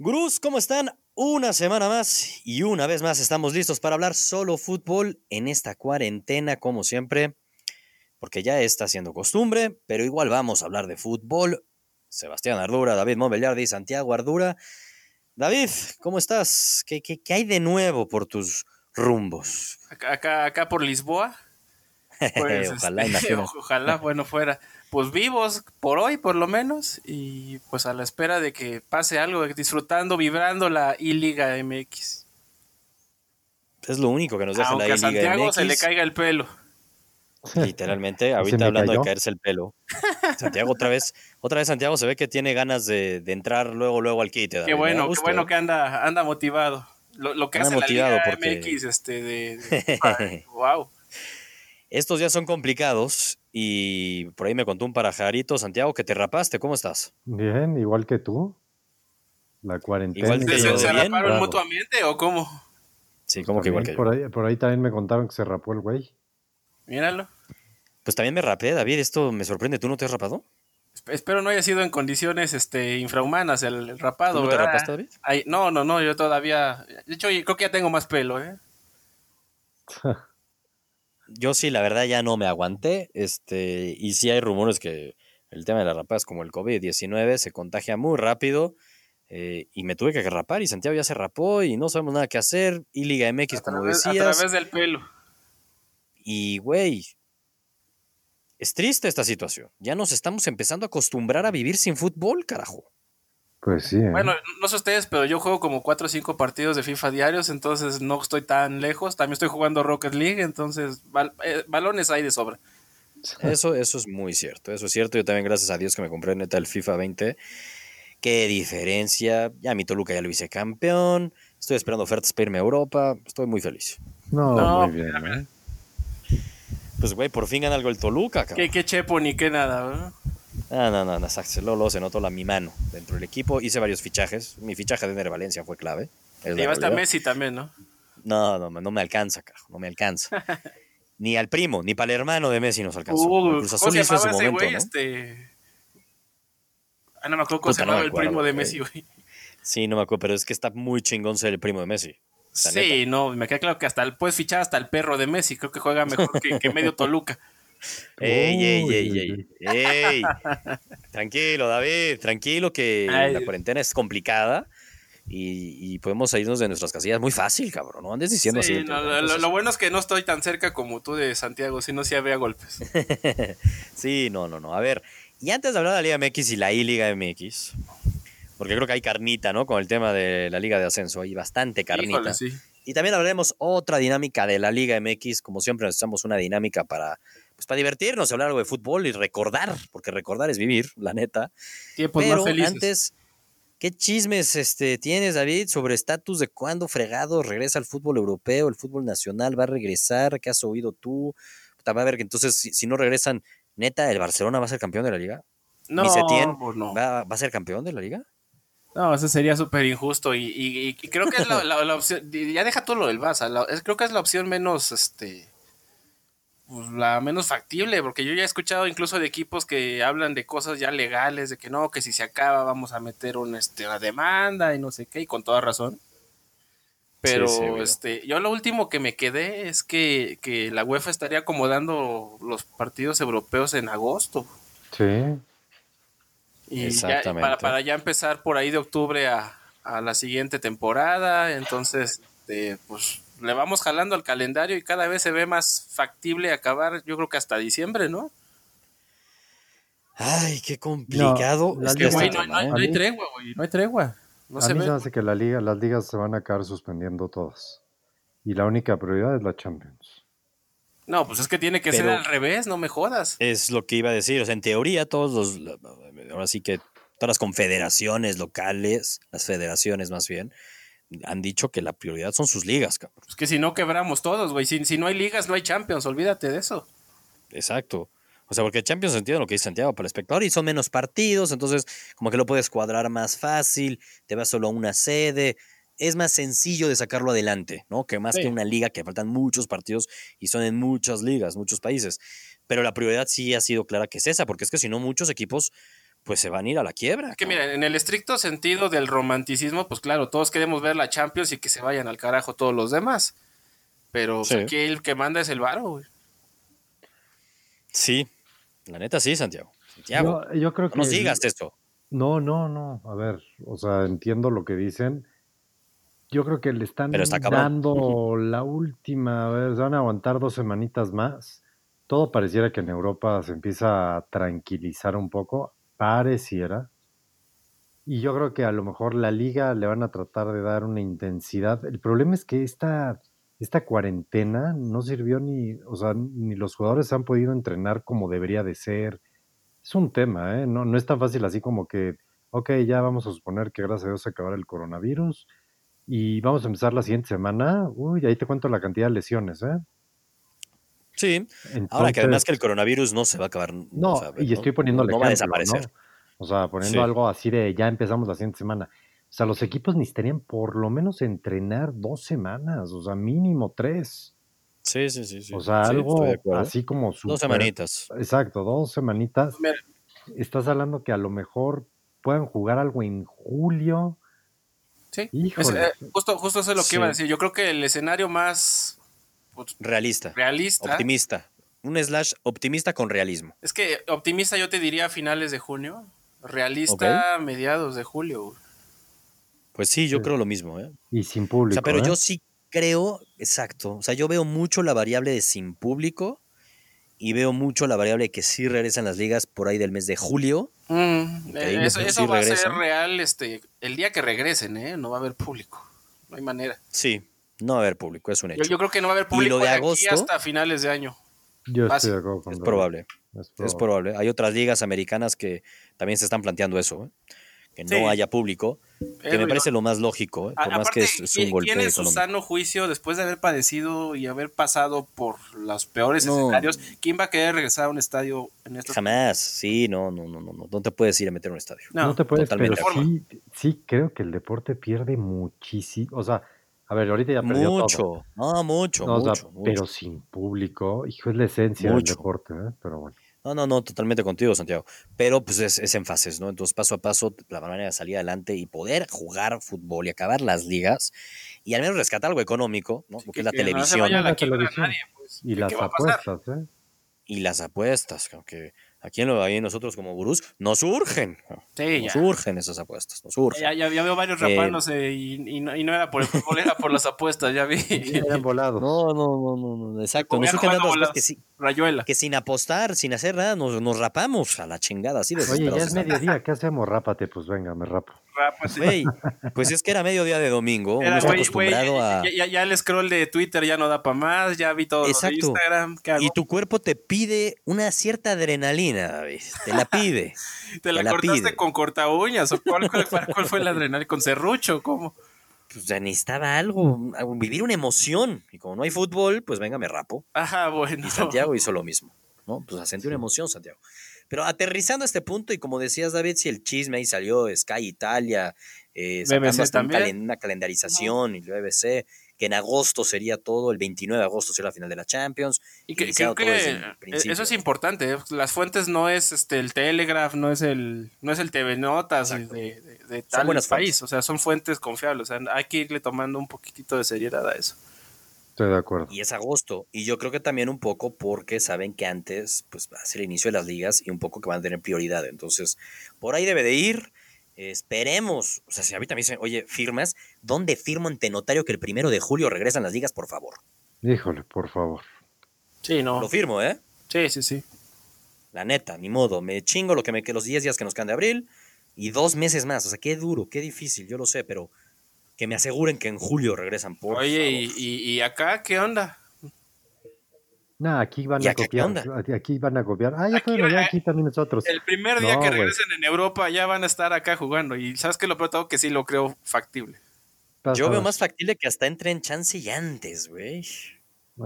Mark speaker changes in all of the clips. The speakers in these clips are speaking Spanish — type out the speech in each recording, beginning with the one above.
Speaker 1: amigos, ¿cómo están? Una semana más y una vez más estamos listos para hablar solo fútbol en esta cuarentena, como siempre, porque ya está siendo costumbre, pero igual vamos a hablar de fútbol. Sebastián Ardura, David Montbellardi y Santiago Ardura. David, ¿cómo estás? ¿Qué, qué, qué hay de nuevo por tus rumbos?
Speaker 2: Acá, acá, acá por Lisboa. Pues,
Speaker 1: Ojalá,
Speaker 2: este,
Speaker 1: imagino.
Speaker 2: ojalá, bueno, fuera. Pues vivos por hoy, por lo menos, y pues a la espera de que pase algo, de que disfrutando, vibrando la I-Liga MX.
Speaker 1: Es lo único que nos Pues deja
Speaker 2: Aunque
Speaker 1: la I-Liga
Speaker 2: a Santiago se
Speaker 1: MX.
Speaker 2: le caiga el pelo.
Speaker 1: Literalmente, ahorita
Speaker 3: me
Speaker 1: hablando
Speaker 3: cayó.
Speaker 1: de caerse el pelo. Santiago otra vez, otra vez Santiago se ve que tiene ganas de, de entrar luego, luego al quite. David,
Speaker 2: Qué
Speaker 1: me da
Speaker 2: bueno, qué
Speaker 1: gusto,
Speaker 2: bueno
Speaker 1: ¿eh?
Speaker 2: que anda, anda motivado. Lo, lo que
Speaker 1: Anda
Speaker 2: hace la Liga
Speaker 1: motivado porque-
Speaker 2: MX, este, de, wow.
Speaker 1: Estos días son complicados y por ahí me contó un parajarito, Santiago, que te rapaste. ¿Cómo estás?
Speaker 3: Bien, igual que tú. La cuarentena.
Speaker 1: Igual que
Speaker 3: y
Speaker 1: yo,
Speaker 2: ¿Se,
Speaker 3: todo.
Speaker 2: se
Speaker 1: bien,
Speaker 2: raparon
Speaker 3: bravo.
Speaker 2: mutuamente o cómo?
Speaker 1: Sí, como que igual que
Speaker 3: También
Speaker 1: yo.
Speaker 3: por, ahí, por ahí también me contaron que se rapó el güey.
Speaker 2: Míralo.
Speaker 1: Pues también me rapé, David. Esto me sorprende. ¿Tú no te has rapado?
Speaker 2: Espe- Espero no haya sido en condiciones este, infrahumanas el, el rapado,
Speaker 1: ¿Tú no te
Speaker 2: ¿verdad?
Speaker 1: rapaste, David?
Speaker 2: Ay, no, no, no, yo todavía. De hecho, yo creo que ya tengo más pelo, ¿eh?
Speaker 1: Yo sí, la verdad ya no me aguanté. Este, y sí hay rumores que el tema de la rapaz como el COVID-19 se contagia muy rápido. eh, y me tuve que rapar y Santiago ya se rapó y no sabemos nada que hacer. Y Liga MX,
Speaker 2: a,
Speaker 1: como
Speaker 2: través, a
Speaker 1: decías.
Speaker 2: través del pelo.
Speaker 1: Y, güey, es triste esta situación. Ya nos estamos empezando a acostumbrar a vivir sin fútbol, carajo.
Speaker 3: Pues sí. ¿eh?
Speaker 2: Bueno, no sé ustedes, pero yo juego como 4 o 5 partidos de FIFA diarios, entonces no estoy tan lejos. También estoy jugando Rocket League, entonces bal- eh, balones hay de sobra.
Speaker 1: Eso, eso es muy cierto, eso es cierto. Yo también, gracias a Dios que me compré neta el FIFA 20. Qué diferencia. Ya mi Toluca ya lo hice campeón. Estoy esperando ofertas para irme a Europa. Estoy muy feliz.
Speaker 3: no,
Speaker 2: no,
Speaker 3: muy bien. ¿eh?
Speaker 1: Pues, güey, por fin gana algo el Toluca, cabrón.
Speaker 2: Qué, qué chepo ni qué nada, ¿verdad?
Speaker 1: Ah, no, no, no, exacto. Luego, luego se notó la mi mano dentro del equipo. Hice varios fichajes. Mi fichaje de Ender Valencia fue clave. Es la
Speaker 2: Llevaste a
Speaker 1: realidad.
Speaker 2: Messi también, ¿no?
Speaker 1: No, no, no me alcanza, carajo, no me alcanza. Ni al primo, ni para el hermano de Messi nos alcanzó.
Speaker 2: Uh,
Speaker 1: El Cruz
Speaker 2: ¿Cómo
Speaker 1: Azul
Speaker 2: se
Speaker 1: hizo en su
Speaker 2: llamaba ese
Speaker 1: momento,
Speaker 2: güey?
Speaker 1: ¿no?
Speaker 2: Este... Ah, no me acuerdo cómo se
Speaker 1: Puta, no
Speaker 2: llamaba
Speaker 1: me
Speaker 2: el primo
Speaker 1: acuerdo,
Speaker 2: de
Speaker 1: güey.
Speaker 2: Messi, güey.
Speaker 1: Sí, no me acuerdo, pero es que está muy chingón ser el primo de Messi. La
Speaker 2: Sí, no, me queda claro que hasta el- puedes fichar hasta el perro de Messi, creo que juega mejor que, que medio Toluca.
Speaker 1: Ey, ey,
Speaker 3: Uy,
Speaker 1: ey,
Speaker 3: uy,
Speaker 1: ey,
Speaker 3: uy.
Speaker 1: ey. Tranquilo, David, tranquilo que
Speaker 2: Ay.
Speaker 1: la cuarentena es complicada y, y podemos salirnos de nuestras casillas muy fácil, cabrón. No andes diciendo
Speaker 2: Sí,
Speaker 1: así. de
Speaker 2: no,
Speaker 1: todo,
Speaker 2: lo, lo-
Speaker 1: entonces-
Speaker 2: lo bueno es que no estoy tan cerca como tú de Santiago, si no, sí habría golpes.
Speaker 1: sí, no, no, no. A ver, y antes de hablar de la Liga MX y la I-Liga MX, porque creo que hay carnita, ¿no? Con el tema de la Liga de Ascenso, hay bastante carnita.
Speaker 2: Híjole, sí.
Speaker 1: Y también hablaremos otra dinámica de la Liga MX. Como siempre, necesitamos una dinámica para, pues, para divertirnos, hablar algo de fútbol y recordar, porque recordar es vivir, la neta.
Speaker 2: Tiempos
Speaker 1: Pero
Speaker 2: pues, más felices.
Speaker 1: antes, ¿qué chismes este, tienes, David, sobre estatus de cuándo fregado regresa el fútbol europeo, el fútbol nacional va a regresar? ¿Qué has oído tú? Puta, Va a ver que entonces, si, si no regresan, neta, el Barcelona va a ser campeón de la Liga.
Speaker 2: no,
Speaker 1: ni Setién
Speaker 2: pues no.
Speaker 1: ¿Va, va a ser campeón de la Liga?
Speaker 2: No, eso sería súper injusto. Y, y- y- y creo que es la, la- la opción. y Ya deja todo lo del Barça. la- es- creo que es la opción menos. este pues, la menos factible, porque yo ya he escuchado incluso de equipos que hablan de cosas ya legales, de que no, que si se acaba vamos a meter un, este, una demanda y no sé qué, y con toda razón. Pero
Speaker 1: sí, güey.
Speaker 2: este, yo lo último que me quedé es que, que la UEFA estaría acomodando los partidos europeos en agosto.
Speaker 3: Sí.
Speaker 2: Y ya-
Speaker 1: Exactamente.
Speaker 2: para, para ya empezar por ahí de octubre a, a la siguiente temporada. Entonces, este, pues le vamos jalando al calendario y cada vez se ve más factible acabar, yo creo que hasta diciembre, ¿no?
Speaker 1: Ay, qué complicado.
Speaker 3: la
Speaker 1: está
Speaker 3: Liga-
Speaker 1: este
Speaker 2: Güey, no,
Speaker 1: tema,
Speaker 2: hay- no hay-
Speaker 1: ¿eh?
Speaker 2: no hay tregua, güey. No hay tregua. No
Speaker 3: a
Speaker 2: se
Speaker 3: mí
Speaker 2: ve.
Speaker 3: se hace que la liga, las ligas se van a acabar suspendiendo todas. Y la única prioridad es la Champions.
Speaker 2: No, pues es que tiene que ser
Speaker 1: Pero-
Speaker 2: al revés, no me jodas.
Speaker 1: Es lo que iba a decir. O sea, en teoría, todos los. la- la- Ahora sí que todas las confederaciones locales, las federaciones más bien, han dicho que la prioridad son sus ligas, cabrón.
Speaker 2: Es que si no quebramos todos, güey. Si, si no hay ligas, no hay champions, olvídate de eso.
Speaker 1: Exacto. O sea, porque Champions entiendo lo que dice Santiago para el espectador y son menos partidos, entonces como que lo puedes cuadrar más fácil, te vas solo a una sede, es más sencillo de sacarlo adelante, ¿no? Que más
Speaker 2: Sí.
Speaker 1: que una liga que faltan muchos partidos y son en muchas ligas, muchos países. Pero la prioridad sí ha sido clara que es esa, porque es que si no muchos equipos pues se van a ir a la quiebra.
Speaker 2: Que
Speaker 1: cabrón.
Speaker 2: mira, en el estricto sentido del romanticismo, pues claro, todos queremos ver la Champions y que se vayan al carajo todos los demás. Pero pues,
Speaker 1: Sí.
Speaker 2: aquí el que manda es el varo, güey.
Speaker 1: Sí, la neta sí, Santiago. Santiago,
Speaker 3: Yo, yo creo
Speaker 1: no
Speaker 3: que.
Speaker 1: nos digas esto.
Speaker 3: No, no, no. A ver, o sea, entiendo lo que dicen. Yo creo que le están
Speaker 1: Pero está cabrón.
Speaker 3: dando la última. A ver, se van a aguantar dos semanitas más. Todo pareciera que en Europa se empieza a tranquilizar un poco. Pareciera. Y yo creo que a lo mejor la liga le van a tratar de dar una intensidad. El problema es que esta, esta cuarentena no sirvió ni, o sea, ni los jugadores han podido entrenar como debería de ser. Es un tema, ¿eh? No, no es tan fácil así como que, ok, ya vamos a suponer que gracias a Dios se acabará el coronavirus y vamos a empezar la siguiente semana. Uy, ahí te cuento la cantidad de lesiones, ¿eh?
Speaker 1: Sí, ahora que además
Speaker 3: Entonces-
Speaker 1: que el coronavirus no se va a acabar.
Speaker 3: no,
Speaker 1: o sea,
Speaker 3: y
Speaker 1: no-
Speaker 3: estoy poniéndole
Speaker 1: No va a
Speaker 3: ejemplo,
Speaker 1: desaparecer.
Speaker 3: ¿no? O sea, poniendo
Speaker 1: Sí.
Speaker 3: algo así de ya empezamos la siguiente semana. O sea, los equipos necesitarían por lo menos entrenar dos semanas, o sea, mínimo tres.
Speaker 1: Sí, sí, sí. sí.
Speaker 3: o sea,
Speaker 1: Sí,
Speaker 3: algo
Speaker 1: estoy de acuerdo.
Speaker 3: así como super...
Speaker 1: Dos semanitas.
Speaker 3: Exacto, dos semanitas.
Speaker 2: Mira,
Speaker 3: Estás hablando que a lo mejor puedan jugar algo en julio.
Speaker 2: Sí.
Speaker 3: Híjole.
Speaker 2: Es, eh, justo, justo eso es lo que
Speaker 1: Sí.
Speaker 2: iba a decir. Yo creo que el escenario más pues,
Speaker 1: Realista,
Speaker 2: realista
Speaker 1: optimista. Un slash optimista con realismo.
Speaker 2: es que optimista yo te diría finales de junio, realista mediados de julio. güey.
Speaker 1: Pues sí, yo
Speaker 3: Sí.
Speaker 1: creo lo mismo, ¿eh?
Speaker 3: Y sin público.
Speaker 1: O sea, pero
Speaker 3: ¿eh?
Speaker 1: yo sí creo, exacto. O sea, yo veo mucho la variable de sin público y veo mucho la variable de que sí regresan las ligas por ahí del mes de julio.
Speaker 2: Mm,
Speaker 1: Ok,
Speaker 2: eh,
Speaker 1: yo
Speaker 2: eso
Speaker 1: creo que
Speaker 2: eso
Speaker 1: sí
Speaker 2: va a ser
Speaker 1: regresan.
Speaker 2: real este el día que regresen, ¿eh? No va a haber público. No hay manera.
Speaker 1: Sí, no va a haber público, es un
Speaker 2: Yo,
Speaker 1: hecho.
Speaker 2: yo creo que no va a haber
Speaker 1: Y lo
Speaker 2: público
Speaker 1: de
Speaker 2: de aquí
Speaker 1: agosto.
Speaker 2: hasta finales de año.
Speaker 3: Yo
Speaker 2: fácil.
Speaker 3: estoy de acuerdo con
Speaker 1: es
Speaker 3: Roberto.
Speaker 1: probable,
Speaker 3: Es
Speaker 1: es
Speaker 3: probable.
Speaker 1: probable. Hay otras ligas americanas que también se están planteando eso, ¿eh. que no
Speaker 2: Sí.
Speaker 1: haya público, que
Speaker 2: Eh,
Speaker 1: me parece lo más lógico, ¿eh,
Speaker 2: A-
Speaker 1: por más que es, es un
Speaker 2: ¿quién-
Speaker 1: golpe
Speaker 2: ¿quién es su
Speaker 1: económico.
Speaker 2: sano juicio después de haber padecido y haber pasado por los peores
Speaker 1: No.
Speaker 2: escenarios? ¿Quién va a querer regresar a un estadio en estos
Speaker 1: Jamás, sí, no, no, no, no, no, no te puedes ir a meter a un estadio.
Speaker 3: No, te puedes, pero
Speaker 1: totalmente.
Speaker 3: sí, sí creo que el deporte pierde muchísimo. O sea, a ver, ahorita ya perdió todo.
Speaker 1: Mucho, no, mucho,
Speaker 3: No, o sea,
Speaker 1: mucho, mucho.
Speaker 3: Pero sin público, hijo, es la esencia
Speaker 1: Mucho.
Speaker 3: del deporte, ¿eh? Pero bueno.
Speaker 1: No, no, no, totalmente contigo, Santiago. Pero pues es, es en fases, ¿no? Entonces, paso a paso, la manera de salir adelante y poder jugar fútbol y acabar las ligas y al menos rescatar algo económico, ¿no? Lo que es la
Speaker 2: que no se
Speaker 1: televisión
Speaker 2: vaya a
Speaker 3: La
Speaker 2: quiebra
Speaker 3: televisión.
Speaker 2: nadie, pues.
Speaker 3: Y
Speaker 2: ¿Qué-
Speaker 3: las
Speaker 2: qué va a pasar?
Speaker 3: apuestas, ¿eh?
Speaker 1: y las apuestas, que aunque aquí en lo ahí nosotros como gurús nos surgen, nos
Speaker 2: Sí, ya.
Speaker 1: surgen esas apuestas, nos surgen.
Speaker 2: Ya, ya- ya veo varios
Speaker 1: Eh,
Speaker 2: rapanos eh, y, y no, y no era por el fútbol, era por las apuestas, ya vi.
Speaker 3: Ya eran volados.
Speaker 1: No, no, no, no, no, exacto.
Speaker 2: Como
Speaker 1: Nos
Speaker 2: ya
Speaker 1: surgen
Speaker 2: jugando
Speaker 1: tantas
Speaker 2: bolas.
Speaker 1: cosas que, sí-
Speaker 2: Rayuela.
Speaker 1: que sin apostar, sin hacer nada, nos, nos rapamos a la chingada, así de
Speaker 3: Oye, ya es mediodía, ¿qué hacemos? Rápate, pues venga, me rapo.
Speaker 2: Rapa, sí.
Speaker 1: Güey, pues es que era mediodía de domingo, Ah, uno
Speaker 2: Era,
Speaker 1: está
Speaker 2: güey,
Speaker 1: acostumbrado
Speaker 2: güey,
Speaker 1: a...
Speaker 2: ya, ya- ya el scroll de Twitter ya no da para más, ya vi todo lo de
Speaker 1: Exacto.
Speaker 2: Instagram. ¿qué hago?
Speaker 1: Y tu cuerpo te pide una cierta adrenalina, David. Te la pide.
Speaker 2: ¿Te la,
Speaker 1: te la
Speaker 2: cortaste
Speaker 1: pide.
Speaker 2: con corta uñas? ¿O cuál, cuál- cuál- cuál fue el adrenal? ¿Con serrucho? ¿Cómo?
Speaker 1: pues, o sea, necesitaba algo, algo, vivir una emoción. Y como no hay fútbol, pues venga, me rapo.
Speaker 2: Ajá, bueno.
Speaker 1: Y Santiago hizo lo mismo. ¿no? Pues sentí una emoción, Santiago. Pero aterrizando a este punto, y como decías, David, si el chisme ahí salió Sky Italia, eh, sacando
Speaker 2: BBC
Speaker 1: hasta un
Speaker 2: también.
Speaker 1: calen- una calendarización, y el BBC, que en agosto sería todo, el 29 de agosto sería la final de la Champions.
Speaker 2: Y que-
Speaker 1: iniciado
Speaker 2: creo que
Speaker 1: todo desde el
Speaker 2: eh,
Speaker 1: principio.
Speaker 2: eso es importante. eh. Las fuentes no es este el Telegraph, no es el no es el TV Notas de,
Speaker 1: Exacto.
Speaker 2: de- de tal país.
Speaker 1: buenas fuentes.
Speaker 2: O sea, son fuentes confiables. O sea, hay que irle tomando un poquitito de seriedad a eso.
Speaker 3: Estoy de acuerdo.
Speaker 1: Y es agosto. Y yo creo que también un poco porque saben que antes pues, va a ser el inicio de las ligas y un poco que van a tener prioridad. Entonces, por ahí debe de ir. Esperemos. O sea, si a mí también dicen, oye, firmas, ¿dónde firmo ante notario que el primero de julio regresan las ligas, por favor?
Speaker 3: Híjole, por favor.
Speaker 2: Sí, no.
Speaker 1: Lo firmo, ¿eh?
Speaker 2: Sí, sí, sí.
Speaker 1: La neta, ni modo. Me chingo lo que me que los 10 días que nos quedan de abril y dos meses más. O sea, qué duro, qué difícil, yo lo sé, pero que me aseguren que en julio regresan, por
Speaker 2: Oye, y,
Speaker 1: favor.
Speaker 2: y- y acá qué onda?
Speaker 3: Nah, aquí van
Speaker 1: ¿Y
Speaker 3: a
Speaker 1: acá qué
Speaker 3: copiar.
Speaker 1: onda?
Speaker 3: aquí- Aquí van a copiar. Ah, ya
Speaker 2: Aquí
Speaker 3: bueno,
Speaker 2: van
Speaker 3: ya
Speaker 2: a-
Speaker 3: aquí también nosotros.
Speaker 2: El primer día
Speaker 3: No,
Speaker 2: que
Speaker 3: güey.
Speaker 2: regresen en Europa ya van a estar acá jugando. Y sabes que lo peor de todo que sí lo creo factible.
Speaker 3: Pasa.
Speaker 1: Yo veo más factible que hasta entren chance y antes, güey.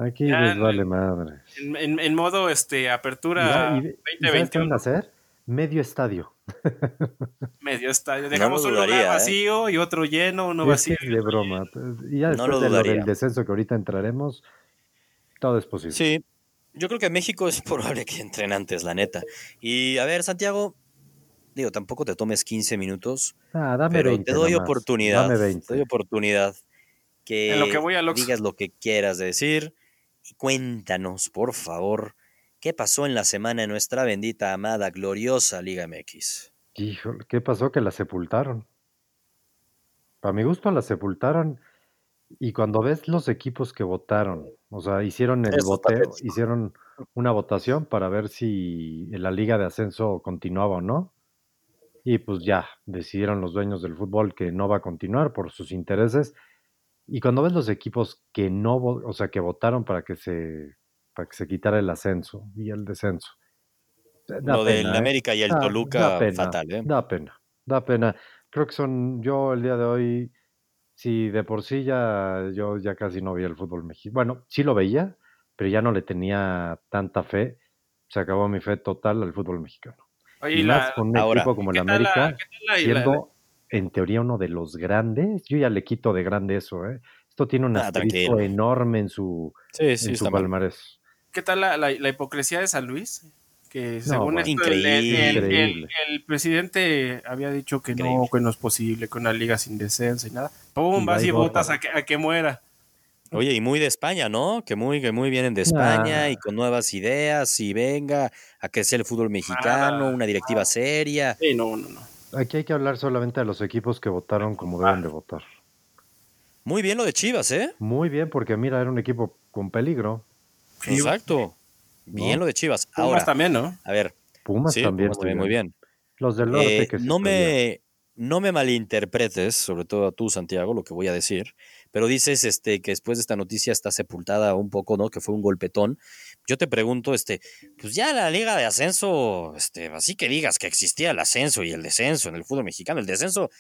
Speaker 3: Aquí
Speaker 2: Ya,
Speaker 3: les
Speaker 2: no.
Speaker 3: vale madre.
Speaker 2: En, en- en modo este apertura
Speaker 3: Mira, y- ¿y ¿Sabes qué van
Speaker 2: 2021
Speaker 3: a hacer? Medio estadio.
Speaker 2: medio estadio. Dejamos un lugar
Speaker 1: dudaría, ¿eh?
Speaker 2: vacío y otro lleno, uno
Speaker 3: Es que
Speaker 2: vacío.
Speaker 3: es de broma. Y ya
Speaker 1: No
Speaker 3: después
Speaker 1: lo
Speaker 3: de lo del
Speaker 1: dudaría.
Speaker 3: descenso que ahorita entraremos, todo es posible.
Speaker 1: Sí, yo creo que México es probable que entren antes, la neta. Y a ver, Santiago, digo, tampoco te tomes 15 minutos,
Speaker 3: Ah, dame
Speaker 1: pero
Speaker 3: 20
Speaker 1: te doy
Speaker 3: nomás.
Speaker 1: oportunidad.
Speaker 3: Dame
Speaker 1: Te doy
Speaker 3: 20.
Speaker 1: oportunidad que,
Speaker 2: En lo que voy al Oxxo.
Speaker 1: digas lo que quieras decir y cuéntanos, por favor, qué pasó en la semana en nuestra bendita, amada, gloriosa Liga MX.
Speaker 3: Híjole, ¿qué pasó? Que la sepultaron. Para mi gusto la sepultaron. Y cuando ves los equipos que votaron, o sea, hicieron el
Speaker 1: Eso está
Speaker 3: voteo,
Speaker 1: patético.
Speaker 3: hicieron una votación para ver si la liga de ascenso continuaba o no. Y pues ya, decidieron los dueños del fútbol que no va a continuar por sus intereses. Y cuando ves los equipos que no, vo- o sea, que votaron para que se para que se quitara el ascenso y el descenso. Da
Speaker 1: lo del
Speaker 3: pena, ¿eh?
Speaker 1: América y el
Speaker 3: Da- da
Speaker 1: Toluca,
Speaker 3: pena,
Speaker 1: fatal, ¿eh?
Speaker 3: Da pena, da pena. Creo que son, yo el día de hoy, si de por sí ya, yo ya casi no veía el fútbol mexicano. Bueno, sí lo veía, pero ya no le tenía tanta fe. Se acabó mi fe total al fútbol mexicano.
Speaker 2: Oye,
Speaker 3: Y
Speaker 2: la-
Speaker 3: más con un
Speaker 1: Ahora,
Speaker 3: equipo como el
Speaker 2: ¿qué tal la-
Speaker 3: América,
Speaker 2: qué tal la- la-
Speaker 3: siendo en teoría uno de los grandes. Yo ya le quito de grande eso, ¿eh? Esto tiene un
Speaker 1: Ah,
Speaker 3: asterisco
Speaker 1: tranquilo.
Speaker 3: enorme en su,
Speaker 1: Sí,
Speaker 3: en su palmarés.
Speaker 2: ¿Qué tal la, la- la hipocresía de San Luis? Que según
Speaker 3: bueno.
Speaker 2: esto, el, el- el-
Speaker 3: pues, Increíble.
Speaker 2: el- el presidente había dicho que no,
Speaker 1: Increíble.
Speaker 2: que no es posible, que una liga sin descenso y nada. ¡Pum!
Speaker 3: Y
Speaker 2: Vas
Speaker 3: va y
Speaker 2: y
Speaker 3: vota.
Speaker 2: votas a que, a que muera.
Speaker 1: Oye, y muy de España, ¿no? Que muy, que muy vienen de España y con nuevas ideas y venga a crecer el fútbol mexicano,
Speaker 2: Nada,
Speaker 1: una directiva seria.
Speaker 2: Sí, no, no, no.
Speaker 3: Aquí hay que hablar solamente de los equipos que votaron como deben de
Speaker 2: Ah.
Speaker 3: votar.
Speaker 1: Muy bien lo de Chivas, ¿eh?
Speaker 3: Muy bien, porque mira, era un equipo con peligro.
Speaker 2: Sí,
Speaker 1: Exacto. Bien
Speaker 3: ¿No?
Speaker 1: lo de Chivas.
Speaker 2: Pumas
Speaker 1: Ahora,
Speaker 2: también, ¿no?
Speaker 1: a ver,
Speaker 3: Pumas
Speaker 1: sí,
Speaker 3: también.
Speaker 1: Pumas también muy bien.
Speaker 3: Los del norte
Speaker 1: Eh,
Speaker 3: que se
Speaker 1: no,
Speaker 3: pelean.
Speaker 1: me, no me malinterpretes, sobre todo a tú, Santiago, lo que voy a decir, pero dices este, que después de esta noticia está sepultada un poco, ¿no? Que fue un golpetón. Yo te pregunto, este, pues ya la liga de ascenso, este, así que digas que existía el ascenso y el descenso en el fútbol mexicano, el descenso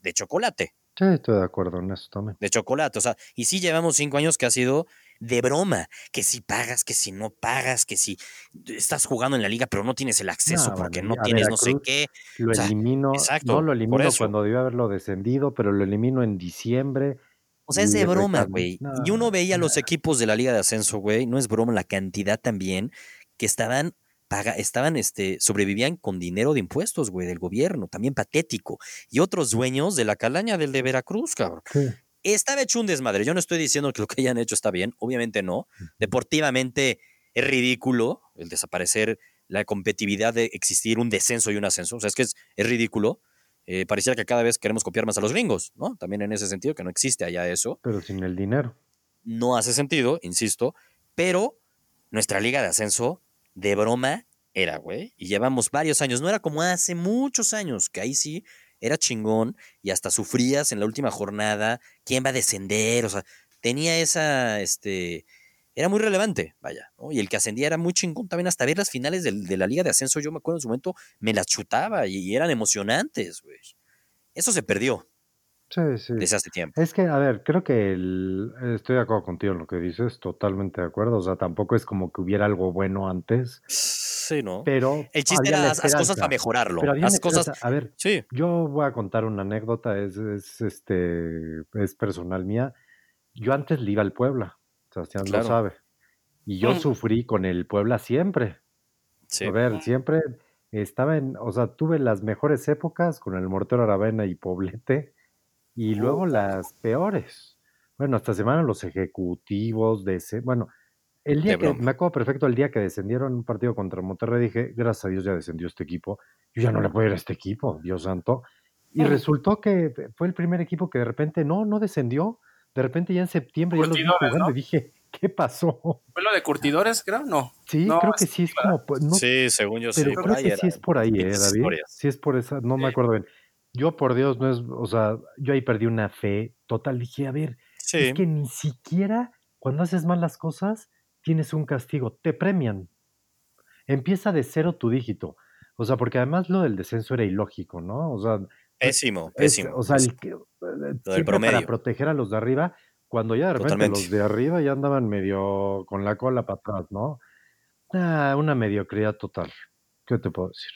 Speaker 1: de chocolate,
Speaker 3: Sí, estoy de acuerdo en eso también.
Speaker 1: de chocolate, o sea, y sí llevamos cinco años que ha sido de broma, que si pagas, que si no pagas, que si estás jugando en la liga pero no tienes el acceso
Speaker 3: No,
Speaker 1: porque
Speaker 3: bueno,
Speaker 1: no
Speaker 3: a
Speaker 1: tienes no sé
Speaker 3: Veracruz
Speaker 1: qué.
Speaker 3: Lo
Speaker 1: O sea,
Speaker 3: elimino,
Speaker 1: exacto,
Speaker 3: no lo
Speaker 1: por
Speaker 3: elimino
Speaker 1: eso.
Speaker 3: cuando debió haberlo descendido, pero lo elimino en diciembre.
Speaker 1: O sea, es
Speaker 3: y
Speaker 1: de
Speaker 3: le
Speaker 1: broma,
Speaker 3: recam-
Speaker 1: güey.
Speaker 3: No,
Speaker 1: Y uno veía los equipos de la Liga de Ascenso, güey. No es broma la cantidad también que estaban, paga, estaban, este, sobrevivían con dinero de impuestos, güey, del gobierno. También patético. Y otros dueños de la calaña del de Veracruz, cabrón.
Speaker 3: sí.
Speaker 1: Estaba hecho un desmadre. Yo no estoy diciendo que lo que hayan hecho está bien. Obviamente no. Deportivamente es ridículo el desaparecer la competitividad de existir un descenso y un ascenso. O sea, es que es, es ridículo. Eh, pareciera que cada vez queremos copiar más a los gringos, ¿no? También en ese sentido, que no existe allá eso
Speaker 3: Pero sin el dinero.
Speaker 1: no hace sentido, insisto, pero nuestra liga de ascenso de broma era, güey, y llevamos varios años, no era como hace muchos años, que ahí sí era chingón y hasta sufrías en la última jornada, quién va a descender, o sea, tenía esa, este, era muy relevante, vaya, ¿no? Y el que ascendía era muy chingón también, hasta ver las finales del- de, la liga de ascenso, yo me acuerdo en su momento, me las chutaba y, y eran emocionantes, güey. Eso se perdió
Speaker 3: Sí, sí.
Speaker 1: desde hace tiempo.
Speaker 3: Es que, a ver, creo que el- estoy de acuerdo contigo en lo que dices, totalmente de acuerdo. O sea, tampoco es como que hubiera algo bueno antes,
Speaker 1: Sí, ¿no?
Speaker 3: pero
Speaker 1: El chiste
Speaker 3: Ah, había
Speaker 1: era
Speaker 3: la
Speaker 1: haz, haz cosas
Speaker 3: esperanza.
Speaker 1: para mejorarlo.
Speaker 3: Pero había una
Speaker 1: Haz cosas.
Speaker 3: esperanza. A ver,
Speaker 1: Sí.
Speaker 3: Yo voy a contar una anécdota, es, es, este, es personal mía. Yo antes le iba al Puebla, Sebastián
Speaker 1: Claro.
Speaker 3: lo sabe. Y yo
Speaker 2: Ujú.
Speaker 3: sufrí con el Puebla siempre.
Speaker 1: Sí.
Speaker 3: A ver, siempre estaba en, o sea, tuve las mejores épocas con el Mortero Aravena y Poblete, y luego las peores. Bueno, esta semana los ejecutivos de ese, bueno, el día
Speaker 1: De
Speaker 3: que,
Speaker 1: broma.
Speaker 3: me acuerdo perfecto, el día que descendieron un partido contra Monterrey, dije, gracias a Dios ya descendió este equipo, yo ya no le puedo ir a este equipo, Dios santo. Y resultó que fue el primer equipo que de repente, no, no descendió, de repente ya en septiembre ya los vi
Speaker 2: Curtidores,
Speaker 3: jugando y dije, ¿qué pasó?
Speaker 2: ¿Fue lo de curtidores, creo? No.
Speaker 3: Sí,
Speaker 2: No,
Speaker 3: creo que sí es como, pues, no
Speaker 1: Sí, según yo
Speaker 3: pero
Speaker 1: sí.
Speaker 3: creo que sí es por ahí, ¿eh,
Speaker 1: pinches
Speaker 3: David?
Speaker 1: historias.
Speaker 3: Sí es por esa, no me
Speaker 2: Sí.
Speaker 3: acuerdo bien. Yo, por Dios, no es, o sea, yo ahí perdí una fe total. Dije, a ver,
Speaker 1: Sí.
Speaker 3: es que ni siquiera cuando haces malas cosas tienes un castigo, te premian. Empieza de cero tu dígito. O sea, porque además lo del descenso era ilógico, ¿no? O sea,
Speaker 1: Pésimo,
Speaker 3: es-
Speaker 1: pésimo.
Speaker 3: o sea, el
Speaker 1: pésimo.
Speaker 3: que- eh, siempre para
Speaker 1: promedio.
Speaker 3: proteger a los de arriba, cuando ya de repente
Speaker 1: Totalmente.
Speaker 3: los de arriba ya andaban medio con la cola para atrás, ¿no? Ah, una mediocridad total. ¿Qué te puedo decir?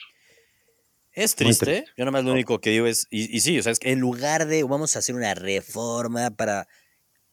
Speaker 1: Es
Speaker 3: Muy
Speaker 1: triste.
Speaker 3: triste.
Speaker 1: Yo nada más lo único que digo es, y, y sí, o sea, es que en lugar de vamos a hacer una reforma para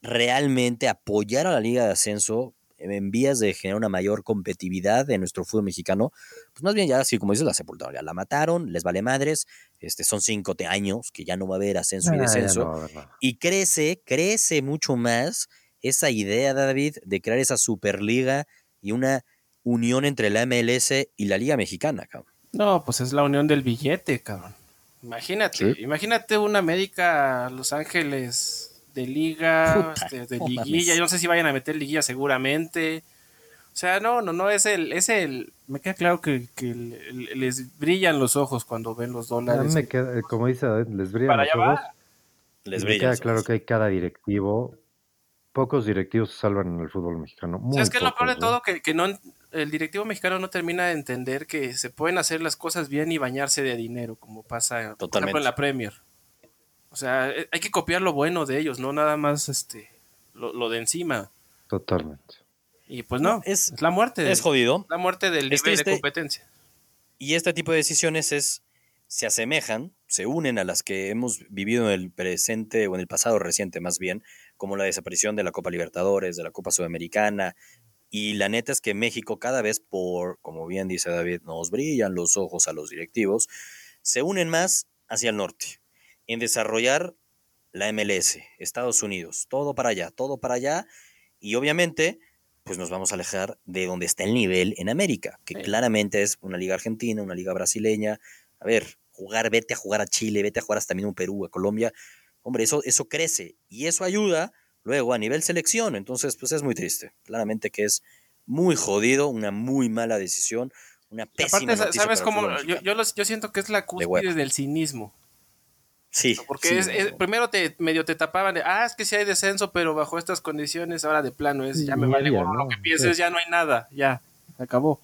Speaker 1: realmente apoyar a la Liga de Ascenso, en vías de generar una mayor competitividad en nuestro fútbol mexicano, pues más bien ya, así como dices, la sepultaron, ya la mataron, les vale madres, este, son cinco te- años que ya no va a haber ascenso y
Speaker 3: Ah, ya
Speaker 1: descenso,
Speaker 3: no va a haber nada.
Speaker 1: y crece, crece mucho más esa idea, David, de crear esa superliga y una unión entre la MLS y la Liga Mexicana, cabrón.
Speaker 2: No, pues es la unión del billete, cabrón. Imagínate, imagínate una América Los Ángeles de liga,
Speaker 1: Puta,
Speaker 2: este, de
Speaker 1: no
Speaker 2: liguilla.
Speaker 1: mames.
Speaker 2: Yo no sé si vayan a meter liguilla seguramente. O sea, no, no, no, es el, es el, me queda claro que, que el- el- les brillan los ojos cuando ven los
Speaker 3: A mí
Speaker 2: dólares.
Speaker 3: me queda- eh, como dice, David, les brillan
Speaker 2: Para
Speaker 3: los
Speaker 2: allá va.
Speaker 3: ojos.
Speaker 1: Les
Speaker 3: y me
Speaker 1: brilla.
Speaker 3: queda
Speaker 1: los
Speaker 3: claro
Speaker 1: ojos.
Speaker 3: que hay cada directivo. Pocos directivos se salvan en el fútbol mexicano. Muy
Speaker 2: ¿Sabes qué es lo peor de
Speaker 3: pocos, ¿eh?
Speaker 2: todo? Que, que no, el directivo mexicano no termina de entender que se pueden hacer las cosas bien y bañarse de dinero, como pasa por
Speaker 1: Totalmente.
Speaker 2: ejemplo, en la Premier. O sea, eh, hay que copiar lo bueno de ellos, no nada más este lo, lo de encima.
Speaker 3: Totalmente.
Speaker 2: Y pues no, es,
Speaker 1: Es-
Speaker 2: la muerte.
Speaker 1: Es jodido.
Speaker 2: la muerte del
Speaker 1: Es este
Speaker 2: nivel de
Speaker 1: triste.
Speaker 2: competencia.
Speaker 1: Y este tipo de decisiones es, se asemejan, se unen a las que hemos vivido en el presente o en el pasado reciente más bien, como la desaparición de la Copa Libertadores, de la Copa Sudamericana. Y la neta es que México cada vez por, como bien dice David, nos brillan los ojos a los directivos, se unen más hacia el norte, en desarrollar la MLS, Estados Unidos, todo para allá, todo para allá. Y obviamente pues nos vamos a alejar de donde está el nivel en América, que
Speaker 2: Sí.
Speaker 1: claramente es una liga argentina, una liga brasileña. A ver, jugar, vete a jugar a Chile, vete a jugar hasta mismo Perú, a Colombia. Hombre, eso, eso crece y eso ayuda luego a nivel selección. Entonces, pues es muy triste. Claramente que es muy jodido, una muy mala decisión, una
Speaker 2: Y
Speaker 1: pésima
Speaker 2: aparte, sa-
Speaker 1: noticia
Speaker 2: ¿sabes
Speaker 1: para el
Speaker 2: cómo?
Speaker 1: fútbol
Speaker 2: Yo,
Speaker 1: mexicano.
Speaker 2: yo, los- yo siento que es la cúspide
Speaker 1: hueva.
Speaker 2: del cinismo.
Speaker 1: sí,
Speaker 2: Porque
Speaker 1: sí,
Speaker 2: es,
Speaker 1: no,
Speaker 2: es-
Speaker 1: no.
Speaker 2: primero te medio te tapaban de, ah, es que si hay descenso, pero bajo estas condiciones, ahora de plano es,
Speaker 3: Sí,
Speaker 2: ya me
Speaker 3: ni
Speaker 2: vale
Speaker 3: había,
Speaker 2: gorro lo
Speaker 3: ¿no?
Speaker 2: que pienses, ya no hay nada, ya, se acabó.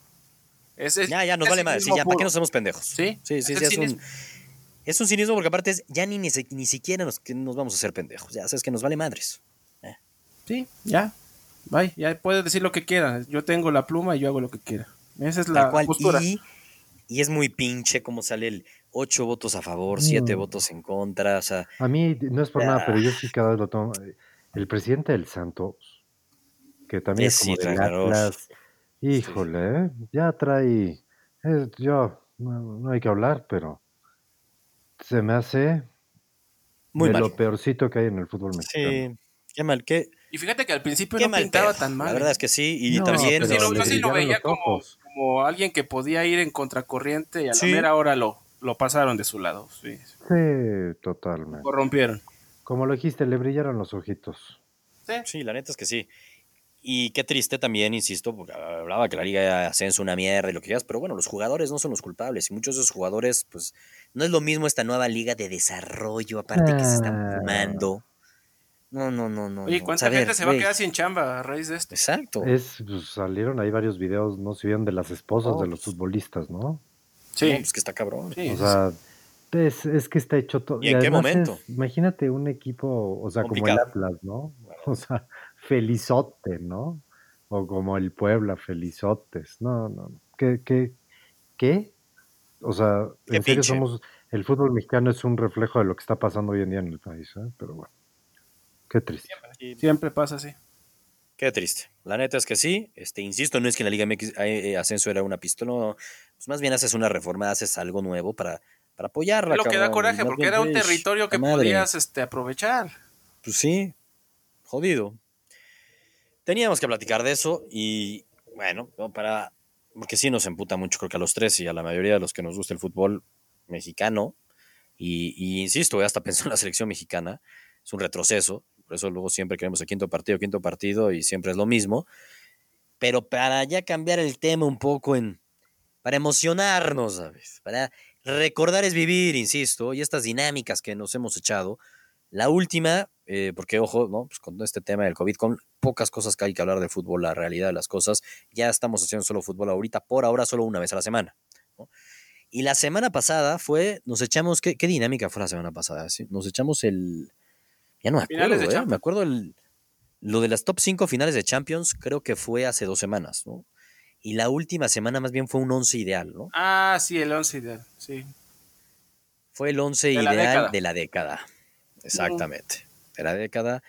Speaker 2: Ese es-
Speaker 1: Ya, ya, nos
Speaker 2: es
Speaker 1: vale madre. Sí,
Speaker 2: cinismo
Speaker 1: ya, ¿para qué
Speaker 2: puro.
Speaker 1: nos hacemos pendejos?
Speaker 2: Sí,
Speaker 1: sí, sí,
Speaker 2: es
Speaker 1: sí, es,
Speaker 2: el
Speaker 1: un,
Speaker 2: cinismo.
Speaker 1: es un cinismo porque aparte es, ya ni, ni, se- ni siquiera nos, que nos vamos a hacer pendejos. Ya sabes que nos vale madres.
Speaker 2: Sí, ya, bye, ya puedes decir lo que quieras, yo tengo la pluma y yo hago lo que quiera. Esa es la
Speaker 1: Tal cual.
Speaker 2: postura.
Speaker 1: Y, y es muy pinche como sale el ocho votos a favor, siete
Speaker 3: Mm.
Speaker 1: votos en contra. O sea,
Speaker 3: A mí no es por nada,
Speaker 1: Ah.
Speaker 3: pero yo sí cada vez lo tomo. eh, El presidente del Santos, que también
Speaker 1: Es
Speaker 3: es como del
Speaker 1: Citragaror.
Speaker 3: Atlas, híjole, ¿eh? ya trae. es- yo, no, no hay que hablar, pero se me hace
Speaker 1: muy
Speaker 3: de
Speaker 1: mal.
Speaker 3: lo peorcito que hay en el fútbol mexicano.
Speaker 1: Sí, qué mal. Qué,
Speaker 2: Y fíjate que al principio
Speaker 1: qué
Speaker 2: no
Speaker 1: mal
Speaker 2: pintaba
Speaker 1: pedo.
Speaker 2: tan mal.
Speaker 1: La
Speaker 2: ¿eh?
Speaker 1: verdad es que sí. Y
Speaker 3: No,
Speaker 1: también. este,
Speaker 2: yo sí lo, yo
Speaker 3: le
Speaker 2: sí lo
Speaker 3: brillaron
Speaker 2: veía
Speaker 3: los
Speaker 2: como,
Speaker 3: ojos.
Speaker 2: como alguien que podía ir en contracorriente y a la
Speaker 1: Sí.
Speaker 2: mera hora lo, lo pasaron de su lado. Sí,
Speaker 3: Sí, totalmente.
Speaker 2: corrompieron.
Speaker 3: Como lo dijiste, le brillaron los ojitos.
Speaker 2: Sí.
Speaker 1: Sí, la neta es que sí. Y qué triste también, insisto, porque hablaba que la liga de ascenso una mierda y lo que quieras, pero bueno, los jugadores no son los culpables y muchos de esos jugadores, pues no es lo mismo esta nueva liga de desarrollo, aparte que se están
Speaker 3: Ah.
Speaker 1: fumando. No, no, no, no.
Speaker 2: Oye,
Speaker 1: no.
Speaker 2: ¿cuánta
Speaker 1: O sea, a
Speaker 2: gente
Speaker 1: ver,
Speaker 2: se va a
Speaker 1: güey,
Speaker 2: quedar sin chamba a raíz de este? esto?
Speaker 1: Exacto.
Speaker 3: Es, pues, salieron ahí varios videos, no se vieron de las esposas
Speaker 1: Oh,
Speaker 3: de los
Speaker 1: pues.
Speaker 3: futbolistas, ¿no?
Speaker 1: No, pues que está cabrón.
Speaker 2: Sí,
Speaker 3: O
Speaker 2: sí,
Speaker 3: sea, es, es que está hecho todo.
Speaker 1: ¿Y en qué momento?
Speaker 3: imagínate un equipo, o sea, como el
Speaker 1: Complicado.
Speaker 3: Atlas, ¿no? O sea, Felizote, ¿no? O como el Puebla, Felizotes. No, no. no. ¿Qué? ¿Qué? qué? O sea,
Speaker 1: Qué
Speaker 3: en serio
Speaker 1: pinche.
Speaker 3: somos. El fútbol mexicano es un reflejo de lo que está pasando hoy en día en el país, ¿eh? Pero bueno. Qué triste.
Speaker 2: sí. Siempre pasa así.
Speaker 1: Qué triste. La neta es que sí. Este, insisto, no es que en la Liga MX eh, eh, ascenso era una pistola. no. Pues más bien haces una reforma, haces algo nuevo para, para apoyarla.
Speaker 2: Es lo que da
Speaker 1: cabrón.
Speaker 2: coraje,
Speaker 1: Más
Speaker 2: porque
Speaker 1: bien,
Speaker 2: era un
Speaker 1: pues,
Speaker 2: territorio que
Speaker 1: la madre.
Speaker 2: podías este, aprovechar.
Speaker 1: Pues sí, jodido. Teníamos que platicar de eso y bueno, no, para porque sí nos emputa mucho creo que a los tres y a la mayoría de los que nos gusta el fútbol mexicano y, y insisto, hasta pensó en la selección mexicana, es un retroceso, por eso luego siempre queremos el quinto partido, quinto partido y siempre es lo mismo. Pero para ya cambiar el tema un poco en para emocionarnos, ¿sabes? Para recordar es vivir, insisto, y estas dinámicas que nos hemos echado la última, eh, porque ojo, ¿no? Pues con todo este tema del COVID, con pocas cosas que hay que hablar de fútbol, la realidad de las cosas, ya estamos haciendo solo fútbol ahorita, por ahora solo una vez a la semana. ¿no? Y la semana pasada fue, nos echamos, ¿qué, qué dinámica fue la semana pasada? Sí, Nos echamos el... Ya no me
Speaker 2: Finales
Speaker 1: acuerdo,
Speaker 2: de
Speaker 1: ¿eh?
Speaker 2: Champions.
Speaker 1: me acuerdo el, lo de las top 5 finales de Champions, creo que fue hace dos semanas, ¿no? Y la última semana más bien fue un 11 ideal, ¿no?
Speaker 2: Ah, sí, el 11 ideal. Sí.
Speaker 1: Fue el 11
Speaker 2: De la
Speaker 1: ideal
Speaker 2: década.
Speaker 1: de la década. Exactamente. De la década.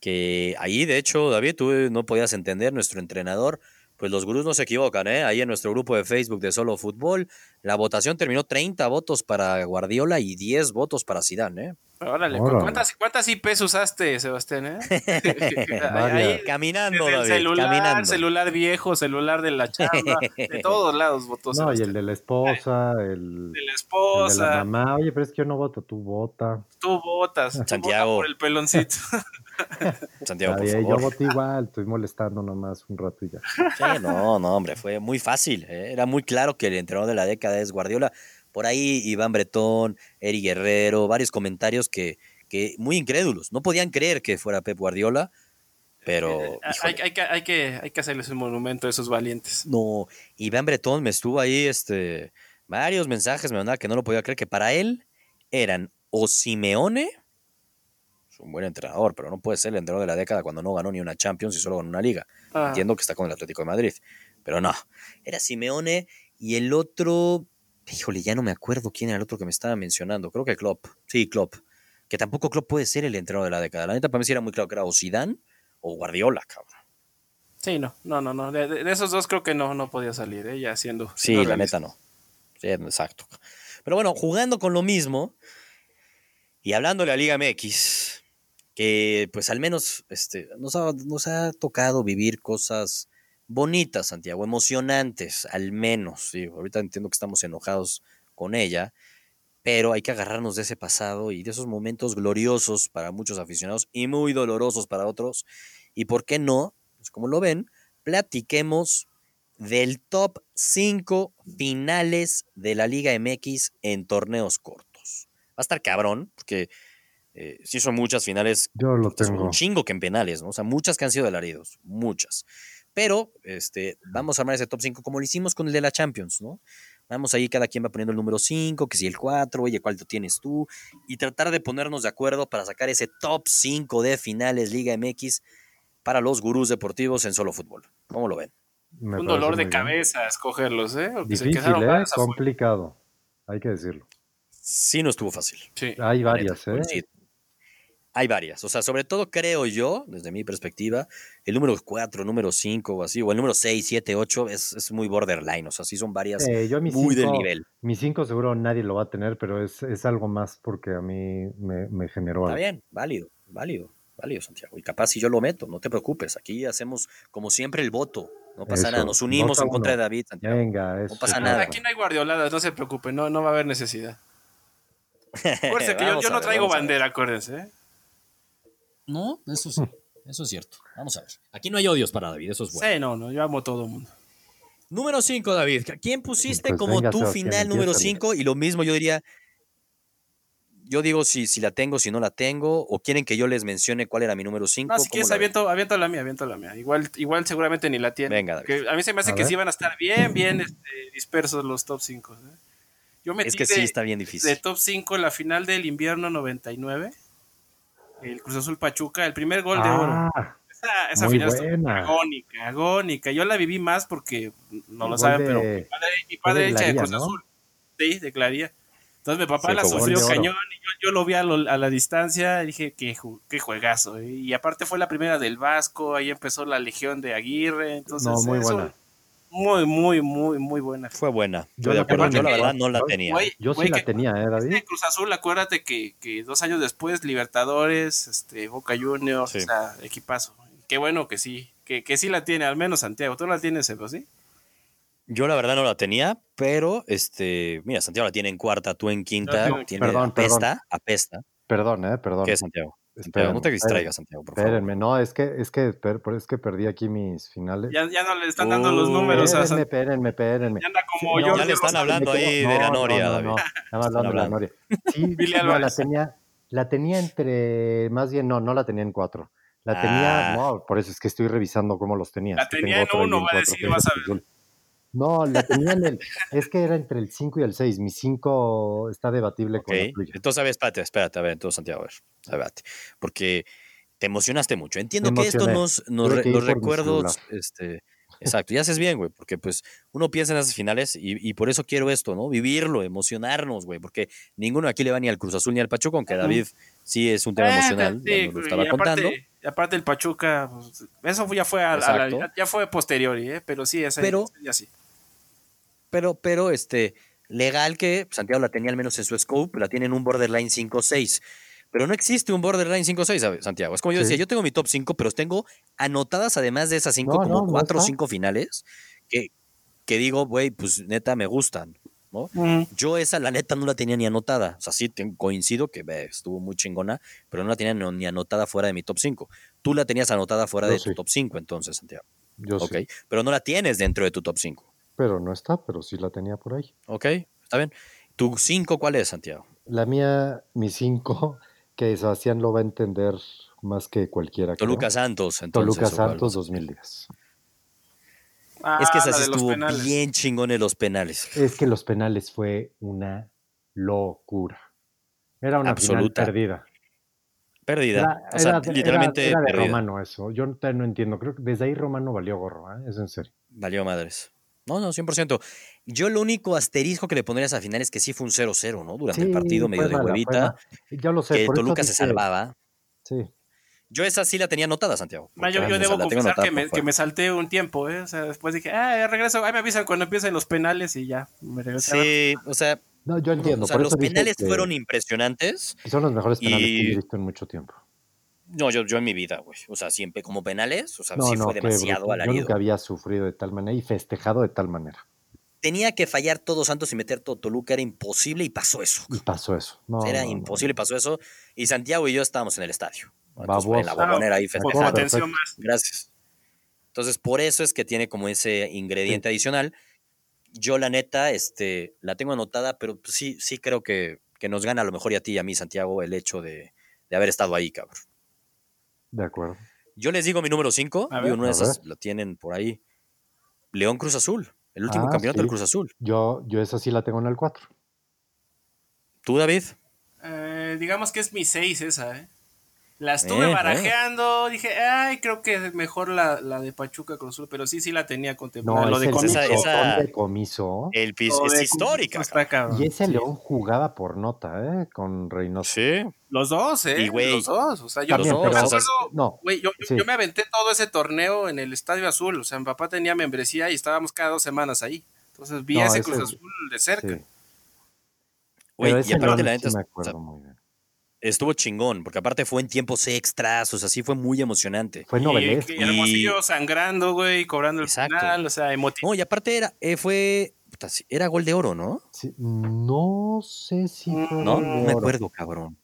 Speaker 1: que ahí de hecho, David, tú eh, no podías entender, nuestro entrenador, pues los gurús no se equivocan, ¿eh? ahí en nuestro grupo de Facebook de Solo Fútbol, la votación terminó 30 votos para Guardiola y 10 votos para Zidane. ¿eh?
Speaker 2: Órale, ¿cu-
Speaker 3: Órale.
Speaker 2: ¿cuántas, ¿cuántas IPs usaste, Sebastián? eh?
Speaker 3: Varias.
Speaker 1: Caminando,
Speaker 2: desde el
Speaker 1: David,
Speaker 2: celular,
Speaker 1: caminando.
Speaker 2: celular viejo, celular de la chamba, de todos lados votó
Speaker 3: No, y
Speaker 2: Sebastián.
Speaker 3: el de la esposa, el,
Speaker 2: este de la
Speaker 3: el de la
Speaker 2: esposa,
Speaker 3: mamá. Oye, pero es que yo no voto, tú vota.
Speaker 2: tú votas, tú
Speaker 1: Santiago.
Speaker 2: votas por el peloncito.
Speaker 1: Santiago,
Speaker 3: Está
Speaker 1: por
Speaker 3: bien,
Speaker 1: favor.
Speaker 3: yo voto igual, estoy molestando nomás un rato y ya.
Speaker 1: Sí, no, no, hombre, fue muy fácil. ¿eh? Era muy claro que el entrenador de la década es Guardiola. Por ahí Iván Bretón, Eri Guerrero, varios comentarios que, que muy incrédulos. No podían creer que fuera Pep Guardiola, pero
Speaker 2: Eh,
Speaker 1: híjole,
Speaker 2: hay, hay que, hay, que, hay que hacerles un monumento a esos valientes.
Speaker 1: no. Iván Bretón me estuvo ahí, este, varios mensajes me mandaba que no lo podía creer, que para él eran o Simeone, es un buen entrenador, pero no puede ser el entrenador de la década cuando no ganó ni una Champions y solo ganó una liga.
Speaker 2: Ah,
Speaker 1: Entiendo que está con el Atlético de Madrid, pero no. Era Simeone y el otro, híjole, ya no me acuerdo quién era el otro que me estaba mencionando. Creo que Klopp. Sí, Klopp. Que tampoco Klopp puede ser el entrenador de la década. La neta para mí sí era muy claro que era o Zidane o Guardiola, cabrón.
Speaker 2: Sí, no, no, no, no. De, de- de esos dos creo que no, no podía salir, ¿eh? ya siendo.
Speaker 1: Sí,
Speaker 2: siendo
Speaker 1: la
Speaker 2: realista.
Speaker 1: neta no. Sí, exacto. Pero bueno, jugando con lo mismo y hablando de la Liga MX, que pues al menos este, nos, ha, nos ha tocado vivir cosas bonitas, Santiago, emocionantes, al menos. sí. ahorita entiendo que estamos enojados con ella, pero hay que agarrarnos de ese pasado y de esos momentos gloriosos para muchos aficionados y muy dolorosos para otros. Y por qué no, pues como lo ven, platiquemos del top 5 finales de la Liga MX en torneos cortos. Va a estar cabrón, porque eh, sí son muchas finales
Speaker 3: Yo lo
Speaker 1: son
Speaker 3: tengo.
Speaker 1: un chingo que en penales, ¿no? O sea, muchas que han sido de alaridos, muchas. Pero este, vamos a armar ese top 5 como lo hicimos con el de la Champions, ¿no? Vamos ahí, cada quien va poniendo el número 5, que si el 4, oye, ¿cuál lo tienes tú? Y tratar de ponernos de acuerdo para sacar ese top 5 de finales Liga MX para los gurús deportivos en solo fútbol. ¿Cómo lo ven?
Speaker 3: Me
Speaker 2: Un
Speaker 3: parece
Speaker 2: dolor de
Speaker 3: muy bien.
Speaker 2: cabeza escogerlos, ¿eh? Porque se
Speaker 3: Difícil,
Speaker 2: quedaron
Speaker 3: ¿eh?
Speaker 2: varios afuera.
Speaker 3: Complicado. Hay que decirlo.
Speaker 1: Sí, no estuvo fácil.
Speaker 2: Sí.
Speaker 3: Hay
Speaker 1: La
Speaker 3: varias,
Speaker 1: neta,
Speaker 3: ¿eh?
Speaker 1: sí. Hay varias. O sea, sobre todo creo yo, desde mi perspectiva, el número 4, número 5 o así, o el número 6, 7, 8 es, es muy borderline. O sea, sí son varias
Speaker 3: Eh, yo a mis
Speaker 1: muy del
Speaker 3: cinco-
Speaker 1: nivel.
Speaker 3: Mi 5 seguro nadie lo va a tener, pero es, es algo más porque a mí me, me generó
Speaker 1: Está
Speaker 3: algo.
Speaker 1: bien, válido, válido, válido, Santiago. Y capaz si yo lo meto, no te preocupes. Aquí hacemos, como siempre, el voto. No pasa
Speaker 3: Eso,
Speaker 1: nada. Nos unimos
Speaker 3: vota
Speaker 1: en contra de
Speaker 3: uno.
Speaker 1: David, Santiago.
Speaker 3: Venga, eso.
Speaker 1: pasa
Speaker 3: se
Speaker 1: nada.
Speaker 3: trata.
Speaker 2: Aquí no hay guardioladas, no se preocupen, no, no va a haber necesidad. Acuérdense que yo,
Speaker 1: Vamos
Speaker 2: yo
Speaker 1: a
Speaker 2: no
Speaker 1: ver,
Speaker 2: traigo
Speaker 1: vamos a ver.
Speaker 2: bandera, acuérdense. ¿eh?
Speaker 1: No, eso sí. Eso es cierto. Vamos a ver. Aquí no hay odios para David, eso es Pues bueno.
Speaker 2: Sí, no, no, yo amo a todo el mundo.
Speaker 1: Número 5, David. ¿A quién pusiste
Speaker 3: Pues
Speaker 1: como
Speaker 3: venga,
Speaker 1: tu
Speaker 3: Sebastián,
Speaker 1: final número
Speaker 3: empiézale.
Speaker 1: 5? Y lo mismo yo diría, yo digo si, si la tengo, si no la tengo, o quieren que yo les mencione cuál era mi número 5.
Speaker 2: No, si quieres, aviento, aviento la mía, aviento la mía. Igual, igual seguramente ni la tiene.
Speaker 1: Venga, David.
Speaker 2: Que a mí se me hace
Speaker 3: A
Speaker 2: que
Speaker 3: ver.
Speaker 2: sí van a estar bien, bien este, dispersos los top 5. Yo metí
Speaker 1: Es que
Speaker 2: de,
Speaker 1: sí, está bien
Speaker 2: de
Speaker 1: difícil.
Speaker 2: top 5 la final del invierno 99. El Cruz Azul Pachuca, el primer gol de oro.
Speaker 3: Ah,
Speaker 2: Esa, esa
Speaker 3: muy
Speaker 2: final estuvo
Speaker 3: buena.
Speaker 2: agónica, agónica. Yo la viví más porque no lo
Speaker 3: Gol
Speaker 2: saben,
Speaker 3: de-
Speaker 2: pero mi padre, mi
Speaker 3: fue
Speaker 2: padre
Speaker 3: de
Speaker 2: hincha de
Speaker 3: Glaría,
Speaker 2: Cruz
Speaker 3: ¿no?
Speaker 2: Azul. Sí, declaría. Entonces mi papá
Speaker 1: Sí,
Speaker 2: la
Speaker 1: fue gol
Speaker 2: sufrió
Speaker 3: de oro.
Speaker 2: cañón y yo, yo lo vi a, lo- a la distancia y dije, qué, ju- qué juegazo. ¿eh? Y aparte fue la primera del Vasco, ahí empezó la Legión de Aguirre. Entonces,
Speaker 3: No, muy
Speaker 2: eso-
Speaker 3: buena.
Speaker 2: Muy, muy, muy, muy buena.
Speaker 1: Fue buena,
Speaker 3: Yo
Speaker 1: estoy de
Speaker 3: la
Speaker 1: acuerdo.
Speaker 2: tengo
Speaker 1: Yo la
Speaker 2: también.
Speaker 1: verdad no la
Speaker 3: Yo-
Speaker 1: tenía.
Speaker 2: Güey,
Speaker 3: Yo sí
Speaker 2: güey,
Speaker 3: la
Speaker 2: que-
Speaker 3: tenía, ¿eh, David?
Speaker 2: Este Cruz Azul, acuérdate que, que dos años después, Libertadores, este, Boca Juniors,
Speaker 1: Sí.
Speaker 2: o sea, equipazo. Qué bueno que sí, que, que sí la tiene, al menos Santiago. Tú la tienes, Evo, ¿sí?
Speaker 1: Yo la verdad no la tenía, pero este, mira, Santiago la tiene en cuarta, tú en quinta,
Speaker 2: tengo en
Speaker 1: tiene
Speaker 3: quinta. Perdón,
Speaker 1: apesta,
Speaker 3: perdón.
Speaker 1: apesta.
Speaker 3: Perdón, ¿eh? Perdón.
Speaker 1: ¿Qué es Santiago? Santiago,
Speaker 3: Espérenme,
Speaker 1: no te
Speaker 3: espérenme,
Speaker 1: distraigas, Santiago, por favor.
Speaker 3: espérenme. No, es que, es, que, per- es que perdí aquí mis finales.
Speaker 2: Ya, ya no le están dando los
Speaker 1: Uh,
Speaker 2: números a
Speaker 3: espérenme,
Speaker 2: Santiago.
Speaker 3: espérenme, espérenme.
Speaker 2: Ya anda como
Speaker 3: Sí,
Speaker 2: yo.
Speaker 3: no,
Speaker 1: Ya le están
Speaker 3: Me
Speaker 1: hablando
Speaker 3: quedo-
Speaker 1: ahí de la noria,
Speaker 3: no, no,
Speaker 1: David.
Speaker 3: no, nada más
Speaker 1: Están
Speaker 3: hablando de la
Speaker 1: hablando.
Speaker 3: noria. Sí,
Speaker 2: Billy
Speaker 3: no, la
Speaker 2: Álvarez.
Speaker 3: tenía, la tenía entre, más bien, no, no la tenía en cuatro. La tenía,
Speaker 1: Ah.
Speaker 3: no, por eso es que estoy revisando cómo los tenía.
Speaker 2: La
Speaker 3: es que
Speaker 2: tenía en
Speaker 3: tengo otra ahí
Speaker 2: uno, va a
Speaker 3: cuatro,
Speaker 2: decir,
Speaker 3: que es
Speaker 2: vas a
Speaker 3: azul. No, la tenía en el, es que era entre el 5 y el 6. Mi 5 está debatible
Speaker 1: Ok,
Speaker 3: con la tuya.
Speaker 1: entonces, a ver, espérate, espérate, a ver, entonces, Santiago, a ver, a ver, espérate, porque te emocionaste mucho. Entiendo
Speaker 3: Me
Speaker 1: que esto
Speaker 3: emocioné.
Speaker 1: nos, nos
Speaker 3: Tuve
Speaker 1: re-
Speaker 3: que ir
Speaker 1: los
Speaker 3: por mi
Speaker 1: recuerdos, este, exacto, ya haces bien, güey, porque pues uno piensa en esas finales y, y por eso quiero esto, ¿no? Vivirlo, emocionarnos, güey, porque ninguno aquí le va ni al Cruz Azul ni al Pachuca, aunque
Speaker 2: Ujú.
Speaker 1: David sí es un tema
Speaker 2: Ah,
Speaker 1: emocional,
Speaker 2: sí,
Speaker 1: ya nos lo estaba
Speaker 2: y aparte,
Speaker 1: contando.
Speaker 2: Y aparte el Pachuca, pues, eso ya fue, a- a la-
Speaker 1: Exacto.
Speaker 2: ya fue posteriori, ¿eh? pero sí, ese,
Speaker 1: Pero-
Speaker 2: ese día sí.
Speaker 1: Pero, pero, este, legal que Santiago la tenía al menos en su scope, la tiene en un borderline 5-6. Pero no existe un borderline 5-6, ¿sabes, Santiago. Es como yo
Speaker 3: Sí.
Speaker 1: decía, yo tengo mi top 5, pero tengo anotadas además de esas 5
Speaker 3: No,
Speaker 1: como
Speaker 3: no, no
Speaker 1: 4 o
Speaker 3: está.
Speaker 1: 5 finales que, que digo, güey, pues neta me gustan.
Speaker 2: Mm.
Speaker 1: Yo esa, la neta, no la tenía ni anotada. O sea, sí, te- coincido que ve, estuvo muy chingona, pero no la tenía no- ni anotada fuera de mi top 5. Tú la tenías anotada fuera
Speaker 3: Yo
Speaker 1: de tu
Speaker 3: sí.
Speaker 1: top 5, entonces, Santiago.
Speaker 3: Yo
Speaker 1: ok.
Speaker 3: sí,
Speaker 1: Pero no la tienes dentro de tu top 5.
Speaker 3: pero no está, pero sí la tenía por ahí.
Speaker 1: Ok, está bien. ¿Tu 5 cuál es, Santiago?
Speaker 3: La mía, mi 5, que Sebastián lo va a entender más que cualquiera. creo.
Speaker 1: Toluca Santos, entonces.
Speaker 3: Toluca
Speaker 1: ¿o cuál
Speaker 3: Santos
Speaker 1: vas a-
Speaker 3: 2010.
Speaker 1: Es que
Speaker 2: Ah,
Speaker 1: esa
Speaker 2: la
Speaker 1: sí
Speaker 2: de los
Speaker 1: estuvo
Speaker 2: penales.
Speaker 1: bien chingón en los penales.
Speaker 3: Es que los penales fue una locura. Era una
Speaker 1: Absoluta.
Speaker 3: final perdida.
Speaker 1: Pérdida.
Speaker 3: Era,
Speaker 1: o sea,
Speaker 3: era- era-
Speaker 1: literalmente
Speaker 3: era de
Speaker 1: pérdida.
Speaker 3: Romano eso. Yo te- no entiendo. Creo que desde ahí Romano valió gorro, ¿eh? Es en serio.
Speaker 1: Valió madres. No, no, 100%. Yo lo único asterisco que le pondría a esa final es que sí fue un 0-0, ¿no? Durante el
Speaker 3: Sí,
Speaker 1: partido,
Speaker 3: fue
Speaker 1: medio de
Speaker 3: mala, fue
Speaker 1: huevita,
Speaker 3: mala. Ya lo sé.
Speaker 1: que
Speaker 3: por eso
Speaker 1: Toluca se
Speaker 3: dije-
Speaker 1: salvaba.
Speaker 3: Sí.
Speaker 1: Yo esa sí la tenía anotada, Santiago.
Speaker 2: No,
Speaker 1: Porque,
Speaker 2: yo,
Speaker 3: Ah,
Speaker 2: yo
Speaker 1: o sea,
Speaker 2: debo
Speaker 1: la tengo
Speaker 2: confesar
Speaker 1: anotada
Speaker 2: que me,
Speaker 1: por
Speaker 2: que me salté un tiempo, ¿eh? O sea, después dije, ah, ya regreso, ahí me avisan cuando empiecen los penales y ya, me
Speaker 1: fuera.
Speaker 2: regresé. a ver.
Speaker 1: Sí, o sea,
Speaker 3: No, yo entiendo.
Speaker 1: o sea,
Speaker 3: por
Speaker 1: los
Speaker 3: eso dije
Speaker 1: penales
Speaker 3: que
Speaker 1: fueron impresionantes.
Speaker 3: Son los mejores penales que
Speaker 1: y-
Speaker 3: he visto en mucho tiempo.
Speaker 1: No, yo, yo en mi vida, güey. O sea, siempre como penales, o sea,
Speaker 3: No,
Speaker 1: sí
Speaker 3: no,
Speaker 1: fue
Speaker 3: qué
Speaker 1: demasiado
Speaker 3: bruto. Yo
Speaker 1: alarido.
Speaker 3: nunca había sufrido de tal manera y festejado de tal manera.
Speaker 1: tenía que fallar todo Santos y meter todo Toluca, era imposible y pasó eso.
Speaker 3: Y
Speaker 1: cabrón.
Speaker 3: pasó eso. No,
Speaker 1: O sea, era
Speaker 3: no, no.
Speaker 1: imposible y pasó eso. Y Santiago y yo estábamos en el estadio. Entonces,
Speaker 3: Baboso.
Speaker 1: en la bombonera ahí
Speaker 2: Por
Speaker 3: Ajá.
Speaker 2: su
Speaker 1: festejando.
Speaker 2: atención más.
Speaker 1: Gracias. Entonces, por eso es que tiene como ese ingrediente adicional. Yo, la neta, este, la tengo anotada, pero pues, sí, sí creo que, que nos gana a lo mejor y a ti y a mí, Santiago, el hecho de, de haber estado ahí, cabrón.
Speaker 3: De acuerdo.
Speaker 1: Yo les digo mi número 5,
Speaker 2: A
Speaker 1: y
Speaker 2: ver.
Speaker 1: una de
Speaker 3: A
Speaker 1: esas lo tienen por ahí. León Cruz Azul, el último
Speaker 3: Ah,
Speaker 1: campeonato
Speaker 3: sí.
Speaker 1: del Cruz Azul.
Speaker 3: Yo, yo esa sí la tengo en el 4.
Speaker 1: ¿Tú, David?
Speaker 2: Eh, digamos que es mi 6 esa, ¿eh? La estuve
Speaker 1: Eh, eh.
Speaker 2: barajeando, dije, ay, creo que es mejor la, la de Pachuca Cruz Azul, pero sí, sí la tenía contemplada.
Speaker 3: No,
Speaker 2: lo
Speaker 3: es
Speaker 2: de
Speaker 3: el
Speaker 1: Comiso.
Speaker 2: Comiso,
Speaker 1: Esa-
Speaker 3: Comiso,
Speaker 1: esa- Eh,
Speaker 3: con de Comiso.
Speaker 1: El pis
Speaker 2: lo
Speaker 1: es
Speaker 2: de
Speaker 1: histórica.
Speaker 2: Comiso está cabrón.
Speaker 3: Y ese
Speaker 2: ah, Sí.
Speaker 3: León jugaba por nota, ¿eh? Con Reynoso.
Speaker 1: Sí.
Speaker 2: Los dos, ¿eh?
Speaker 1: Y, güey,
Speaker 2: los dos. O sea, yo,
Speaker 1: también,
Speaker 2: yo
Speaker 1: pero-
Speaker 2: me acuerdo,
Speaker 3: no,
Speaker 2: güey, yo, yo-
Speaker 3: sí.
Speaker 2: yo me aventé todo ese torneo en el Estadio Azul. O sea, mi papá tenía membresía y estábamos cada dos semanas ahí. Entonces vi
Speaker 3: No,
Speaker 2: ese
Speaker 3: ese-
Speaker 2: Cruz Azul de
Speaker 3: Sí.
Speaker 2: cerca.
Speaker 1: Güey,
Speaker 3: Pero
Speaker 1: y
Speaker 3: ese
Speaker 1: aparte
Speaker 3: León
Speaker 1: la
Speaker 3: sí
Speaker 1: neta
Speaker 3: me
Speaker 1: o sea,
Speaker 3: acuerdo muy bien.
Speaker 1: estuvo chingón, porque aparte fue en tiempos extras, o sea, sí fue muy emocionante.
Speaker 3: Fue
Speaker 2: y,
Speaker 3: novelesco.
Speaker 2: que Hermosillo sangrando, güey, cobrando el
Speaker 1: Exacto.
Speaker 2: final. O sea, emotivo.
Speaker 1: No, y aparte era, eh, fue, puta, sí, era gol de oro, ¿no?
Speaker 3: Sí, no sé si
Speaker 2: Mm,
Speaker 3: fue
Speaker 1: No,
Speaker 3: gol
Speaker 1: no
Speaker 3: de
Speaker 1: me
Speaker 3: oro.
Speaker 1: acuerdo, cabrón.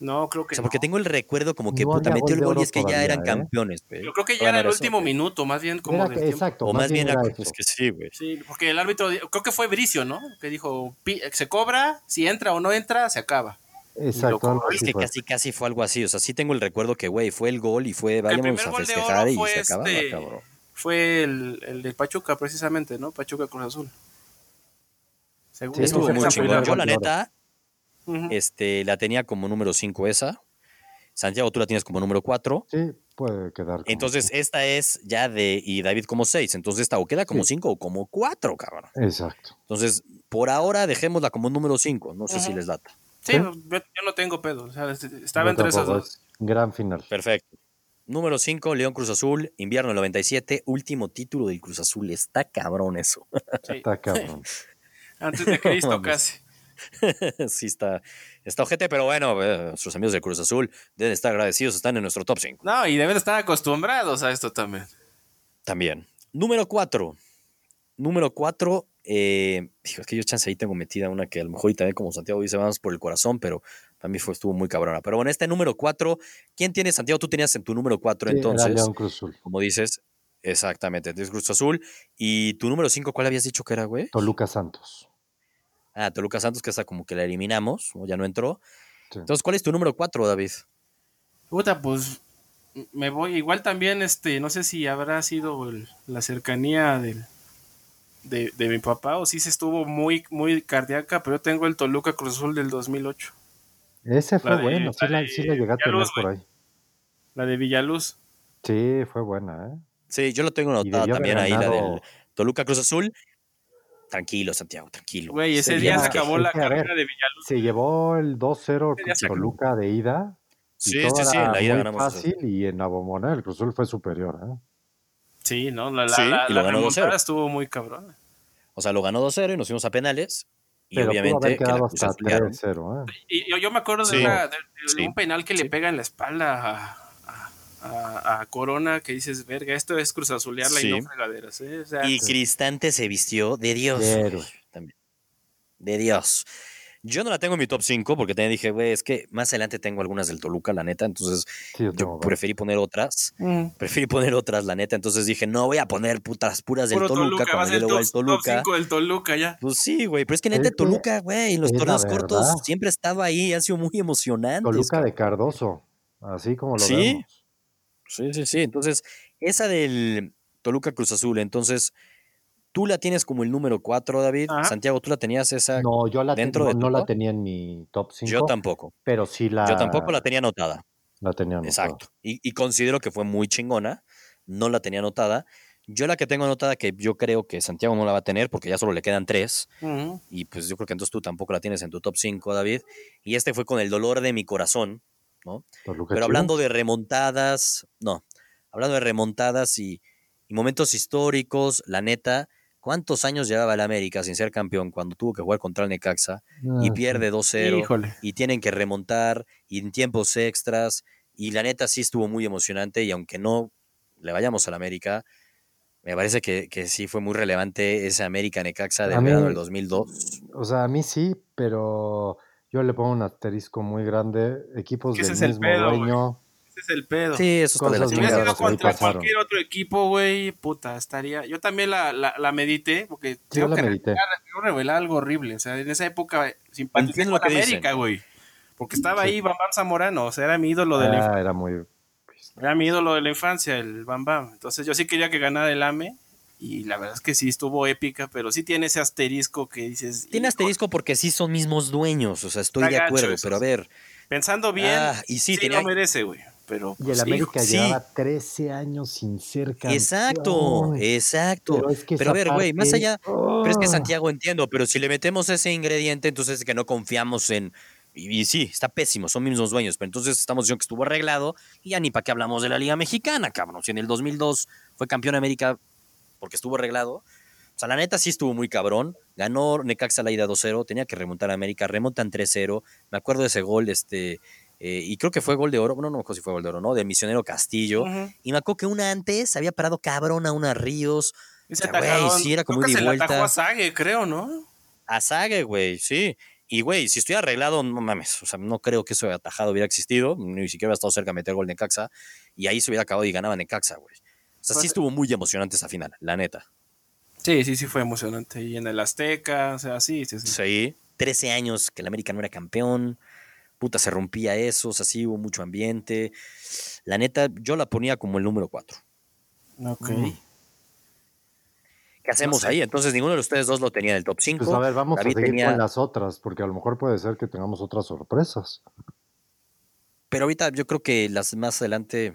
Speaker 2: No, creo
Speaker 1: O
Speaker 2: que.
Speaker 1: sea, porque
Speaker 2: no.
Speaker 1: tengo el recuerdo como que,
Speaker 3: No
Speaker 1: puta,
Speaker 3: había
Speaker 1: metió
Speaker 3: gol
Speaker 1: el
Speaker 3: de
Speaker 1: gol y
Speaker 3: oro
Speaker 1: es que ya
Speaker 3: todavía,
Speaker 1: eran
Speaker 3: ¿eh?
Speaker 1: campeones, güey.
Speaker 2: Yo creo que ya
Speaker 1: Todavía
Speaker 2: era el
Speaker 1: no eso,
Speaker 2: último
Speaker 1: güey.
Speaker 2: minuto, más bien como
Speaker 3: Era
Speaker 2: del
Speaker 3: que-
Speaker 2: tiempo.
Speaker 3: exacto,
Speaker 1: O más bien,
Speaker 3: era
Speaker 1: era-
Speaker 3: eso.
Speaker 1: es que sí, güey.
Speaker 2: Sí, porque el árbitro, di- creo que fue Bricio, ¿no? Que dijo, "Pi- se cobra, si entra o no entra, se acaba.
Speaker 3: Exacto,
Speaker 2: Loco,
Speaker 3: algo
Speaker 2: es
Speaker 1: Es
Speaker 3: así
Speaker 1: que
Speaker 3: fue.
Speaker 1: casi, casi fue algo así. O sea, sí tengo el recuerdo que, güey, fue el gol y fue,
Speaker 2: Que el
Speaker 1: vayamos
Speaker 2: primer
Speaker 1: a
Speaker 2: gol de
Speaker 1: festejar
Speaker 2: oro
Speaker 1: y
Speaker 2: fue
Speaker 1: se acababa,
Speaker 2: este-
Speaker 1: cabrón.
Speaker 2: Fue el, el de Pachuca, precisamente, ¿no? Pachuca Cruz Azul. Según
Speaker 3: Sí,
Speaker 1: Estuvo
Speaker 3: ese
Speaker 1: muy
Speaker 3: fue el
Speaker 1: chingón.
Speaker 3: primer
Speaker 1: Yo,
Speaker 3: gol
Speaker 1: la
Speaker 3: de oro.
Speaker 1: neta,
Speaker 2: Ujú.
Speaker 1: Este, la tenía como número 5 esa. Santiago, tú la tienes como número 4.
Speaker 3: Sí, puede quedar. como-
Speaker 1: Entonces, esta es ya de. Y David como 6. Entonces, esta o queda como
Speaker 3: Sí.
Speaker 1: 5 o como 4, cabrón.
Speaker 3: Exacto.
Speaker 1: Entonces, por ahora dejémosla como número 5. No sé si
Speaker 2: Ujú.
Speaker 1: les data.
Speaker 2: Sí,
Speaker 3: ¿Sí?
Speaker 2: yo, yo no tengo pedo. O sea, est- estaba
Speaker 3: Yo
Speaker 2: entre esas
Speaker 3: tampoco,
Speaker 2: dos.
Speaker 3: es Gran final.
Speaker 1: Perfecto. Número 5, León Cruz Azul, invierno del 97, último título del Cruz Azul. Está cabrón eso.
Speaker 2: Sí,
Speaker 3: Está cabrón.
Speaker 2: antes de Cristo
Speaker 1: Mames.
Speaker 2: casi.
Speaker 1: sí, está, está ojete, pero bueno, eh, nuestros amigos del Cruz Azul deben estar agradecidos. Están en nuestro top 5
Speaker 2: No, y deben estar acostumbrados a esto también.
Speaker 1: también. Número 4. Número 4, eh, hijo, es que yo chance ahí tengo metida una que a lo mejor y también como Santiago dice, vamos por el corazón, pero para mí fue, estuvo muy cabrona. Pero bueno, este número 4, ¿quién tiene Santiago? Tú tenías en tu número 4
Speaker 3: Sí,
Speaker 1: entonces,
Speaker 3: era León Cruz Azul.
Speaker 1: como dices, exactamente, tienes Cruz Azul. Y tu número 5, ¿cuál habías dicho que era, güey?
Speaker 3: Toluca Santos.
Speaker 1: Ah, Toluca Santos, que esa como que la eliminamos, ¿no? ya no entró.
Speaker 3: Sí.
Speaker 1: Entonces, ¿cuál es tu número 4, David?
Speaker 2: Puta, pues me voy. Igual también, este, no sé si habrá sido el- la cercanía del, de, de mi papá o si se estuvo muy, muy cardíaca, pero yo tengo el Toluca Cruz Azul del 2008,
Speaker 3: Ese fue
Speaker 2: de-
Speaker 3: bueno, sí
Speaker 2: la
Speaker 3: la,
Speaker 2: de
Speaker 3: sí la llegué a tener
Speaker 2: Villalobos,
Speaker 3: por ahí.
Speaker 2: la de Villaluz.
Speaker 3: Sí, fue buena, ¿eh?
Speaker 1: Sí, yo lo tengo
Speaker 3: Y
Speaker 1: anotada
Speaker 3: debió haber
Speaker 1: también ahí, la
Speaker 3: ganado-
Speaker 1: del Toluca Cruz Azul. Tranquilo, Santiago, tranquilo.
Speaker 2: Güey, ese
Speaker 3: Sí,
Speaker 2: día
Speaker 3: ya,
Speaker 2: se acabó
Speaker 3: es
Speaker 2: la
Speaker 3: que, a ver,
Speaker 2: carrera de Villaluz.
Speaker 3: Se llevó el 2-0
Speaker 2: Ese día se
Speaker 3: con Toluca de ida
Speaker 1: Sí, sí, sí, en la ida
Speaker 3: muy
Speaker 1: ganamos dos.
Speaker 3: fácil y en la bombonera el Cruz Azul fue superior. ¿eh?
Speaker 2: Sí, ¿no? La, la,
Speaker 1: Sí,
Speaker 2: la-
Speaker 1: y lo
Speaker 2: la
Speaker 1: ganó 2-0.
Speaker 2: remontada estuvo muy cabrona.
Speaker 1: O sea, lo ganó 2-0 y nos fuimos a penales. Y
Speaker 3: Pero pudo
Speaker 1: obviamente
Speaker 3: haber
Speaker 1: que la
Speaker 3: quedado
Speaker 1: Cruz
Speaker 3: hasta
Speaker 1: Azul llegaron.
Speaker 3: 3-0. ¿eh?
Speaker 2: Y yo, yo me acuerdo de,
Speaker 1: Sí.
Speaker 2: una- de- de
Speaker 1: Sí.
Speaker 2: un penal que le pega en la espalda a, a- a Corona, que dices, verga, esto es Cruz Azulearla
Speaker 1: Sí.
Speaker 2: y no fregaderas. ¿eh?". O sea,
Speaker 1: Y Cristante se vistió de Dios.
Speaker 3: De
Speaker 1: güey,
Speaker 3: héroe.
Speaker 1: También. De Dios. Yo no la tengo en mi top 5 porque te dije, güey, es que más adelante tengo algunas del Toluca, la neta. Entonces
Speaker 3: Sí, yo tengo
Speaker 1: yo
Speaker 3: varios.
Speaker 1: preferí poner otras.
Speaker 2: Mm.
Speaker 1: Preferí poner otras, la neta. Entonces dije, no voy a poner putas puras del
Speaker 2: Puro
Speaker 1: Toluca,
Speaker 2: va a
Speaker 1: cuando yo
Speaker 2: ser
Speaker 1: le voy al
Speaker 2: top- top
Speaker 1: Toluca.
Speaker 2: 5 del Toluca ya.
Speaker 1: Pues sí, güey, pero es que neta
Speaker 3: Es que
Speaker 1: Toluca, güey, en los
Speaker 3: es la
Speaker 1: torneos cortos
Speaker 3: verdad.
Speaker 1: siempre estaba ahí, ha sido muy emocionante.
Speaker 3: Toluca de Cardoso, así como lo
Speaker 1: Sí.
Speaker 3: vemos.
Speaker 1: Sí, sí, sí. Entonces, esa del Toluca Cruz Azul, entonces, tú la tienes como el número 4, David.
Speaker 2: Ajá.
Speaker 1: Santiago, tú la tenías esa.
Speaker 3: No, yo la,
Speaker 1: ¿Dentro
Speaker 3: no,
Speaker 1: de tu
Speaker 3: no la
Speaker 1: top?
Speaker 3: tenía en mi top 5,
Speaker 1: yo tampoco.
Speaker 3: pero sí la,
Speaker 1: Yo tampoco la tenía anotada.
Speaker 3: Ah, la tenía anotada.
Speaker 1: Exacto. Y, y considero que fue muy chingona. No la tenía anotada. Yo la que tengo anotada, que yo creo que Santiago no la va a tener porque ya solo le quedan tres.
Speaker 2: Ujú.
Speaker 1: y pues yo creo que entonces tú tampoco la tienes en tu top 5, David. Y este fue con el dolor de mi corazón,
Speaker 3: Toluca
Speaker 1: pero
Speaker 3: Chivas.
Speaker 1: hablando de remontadas, no, hablando de remontadas y, y momentos históricos, la neta, ¿cuántos años llevaba el América sin ser campeón cuando tuvo que jugar contra el Necaxa y
Speaker 3: Ah,
Speaker 1: pierde 2-0
Speaker 2: Híjole.
Speaker 1: y tienen que remontar y en tiempos extras? Y la neta sí estuvo muy emocionante y aunque no le vayamos al América, me parece que, que sí fue muy relevante ese América Necaxa
Speaker 3: A
Speaker 1: del
Speaker 3: mí-
Speaker 1: verano del 2002.
Speaker 3: O sea, a mí sí, pero yo le pongo un asterisco muy grande. Equipos
Speaker 2: Es que
Speaker 3: del
Speaker 2: ese es el
Speaker 3: mismo
Speaker 2: pedo, güey.
Speaker 3: dueño.
Speaker 2: Ese es el pedo.
Speaker 1: Sí, eso está de la
Speaker 3: Cosas
Speaker 2: Si
Speaker 3: muy
Speaker 1: chingada.
Speaker 2: hubiera sido
Speaker 3: raras que ahí
Speaker 2: contra
Speaker 3: pasaron.
Speaker 2: cualquier otro equipo, güey, puta, estaría. Yo también la, la, la medité, porque
Speaker 3: Sí, yo
Speaker 2: tengo
Speaker 3: la
Speaker 2: que
Speaker 3: medité.
Speaker 2: revelar, quiero revelar algo horrible. O sea, en esa época simpaticé
Speaker 1: Entiendo
Speaker 2: con
Speaker 1: lo que dicen.
Speaker 2: América, güey. Porque estaba
Speaker 3: Sí.
Speaker 2: ahí Bam Bam Zamorano, o sea, era mi ídolo de la
Speaker 3: Ah, era muy. pues,
Speaker 1: Ah,
Speaker 2: Era mi ídolo de la infancia, el Bam Bam. Entonces yo sí quería que ganara el AME. Y la verdad es que sí estuvo épica, pero sí tiene ese asterisco que dices.
Speaker 1: Tiene
Speaker 2: "Hijo,
Speaker 1: asterisco porque sí son mismos dueños, o sea, estoy
Speaker 2: Está
Speaker 1: de
Speaker 2: gacho
Speaker 1: acuerdo,
Speaker 2: eso,
Speaker 1: pero a
Speaker 2: sí.
Speaker 1: ver.
Speaker 2: Pensando bien,
Speaker 1: ah, y sí,
Speaker 2: sí,
Speaker 1: tenía.
Speaker 2: lo merece, güey. Pero.
Speaker 3: Y el
Speaker 2: pues,
Speaker 1: hijo,
Speaker 3: América
Speaker 1: sí.
Speaker 3: llevaba 13 años sin ser campeón.
Speaker 1: Exacto, exacto. Pero,
Speaker 3: Pero es que
Speaker 1: a
Speaker 3: esa
Speaker 1: ver, güey, más
Speaker 3: parte-
Speaker 1: allá. Pero es que
Speaker 3: ¡Ah!
Speaker 1: Santiago entiendo, pero si le metemos ese ingrediente, entonces es que no confiamos en. Y, y sí, está pésimo, son mismos dueños, pero entonces estamos diciendo que estuvo arreglado y ya ni para qué hablamos de la Liga Mexicana, cabrón. Si en el 2002 fue campeón de América porque estuvo arreglado. O sea, la neta sí estuvo muy cabrón. Ganó Necaxa la ida 2-0, tenía que remontar a América, remontan 3-0. Me acuerdo de ese gol, este. eh, y creo que fue gol de oro, bueno, no me acuerdo si fue gol de oro, ¿no? De Misionero Castillo.
Speaker 2: Ujú.
Speaker 1: Y me acuerdo que una antes había parado cabrón a una Ríos,
Speaker 2: Ese
Speaker 1: O sea, güey,
Speaker 2: atajadón,
Speaker 1: sí, era como
Speaker 2: creo que
Speaker 1: ida y
Speaker 2: se le atajó
Speaker 1: vuelta.
Speaker 2: a Sague, creo, ¿no?
Speaker 1: a Sague, güey, sí. Y, güey, si estoy arreglado, no mames. O sea, no creo que eso de atajado hubiera existido. Ni siquiera hubiera estado cerca de meter gol Necaxa. Y ahí se hubiera acabado y ganaba Necaxa, güey. O sea,
Speaker 2: Pues-
Speaker 1: sí estuvo muy emocionante esa final, la neta.
Speaker 2: Sí, sí, sí, fue emocionante. Y en el Azteca, o sea, sí, sí, sí.
Speaker 1: Sí. 13 años que el América no era campeón. Puta, se rompía eso. O sea, sí hubo mucho ambiente. La neta, yo la ponía como el número 4.
Speaker 2: Ok.
Speaker 3: Mm.
Speaker 1: ¿Qué hacemos
Speaker 2: sé.
Speaker 1: ahí? Entonces, ninguno de ustedes dos lo tenía en el top 5.
Speaker 3: Pues a ver, vamos
Speaker 1: David
Speaker 3: a seguir
Speaker 1: tenía-
Speaker 3: con las otras, porque a lo mejor puede ser que tengamos otras sorpresas.
Speaker 1: Pero ahorita yo creo que las más adelante.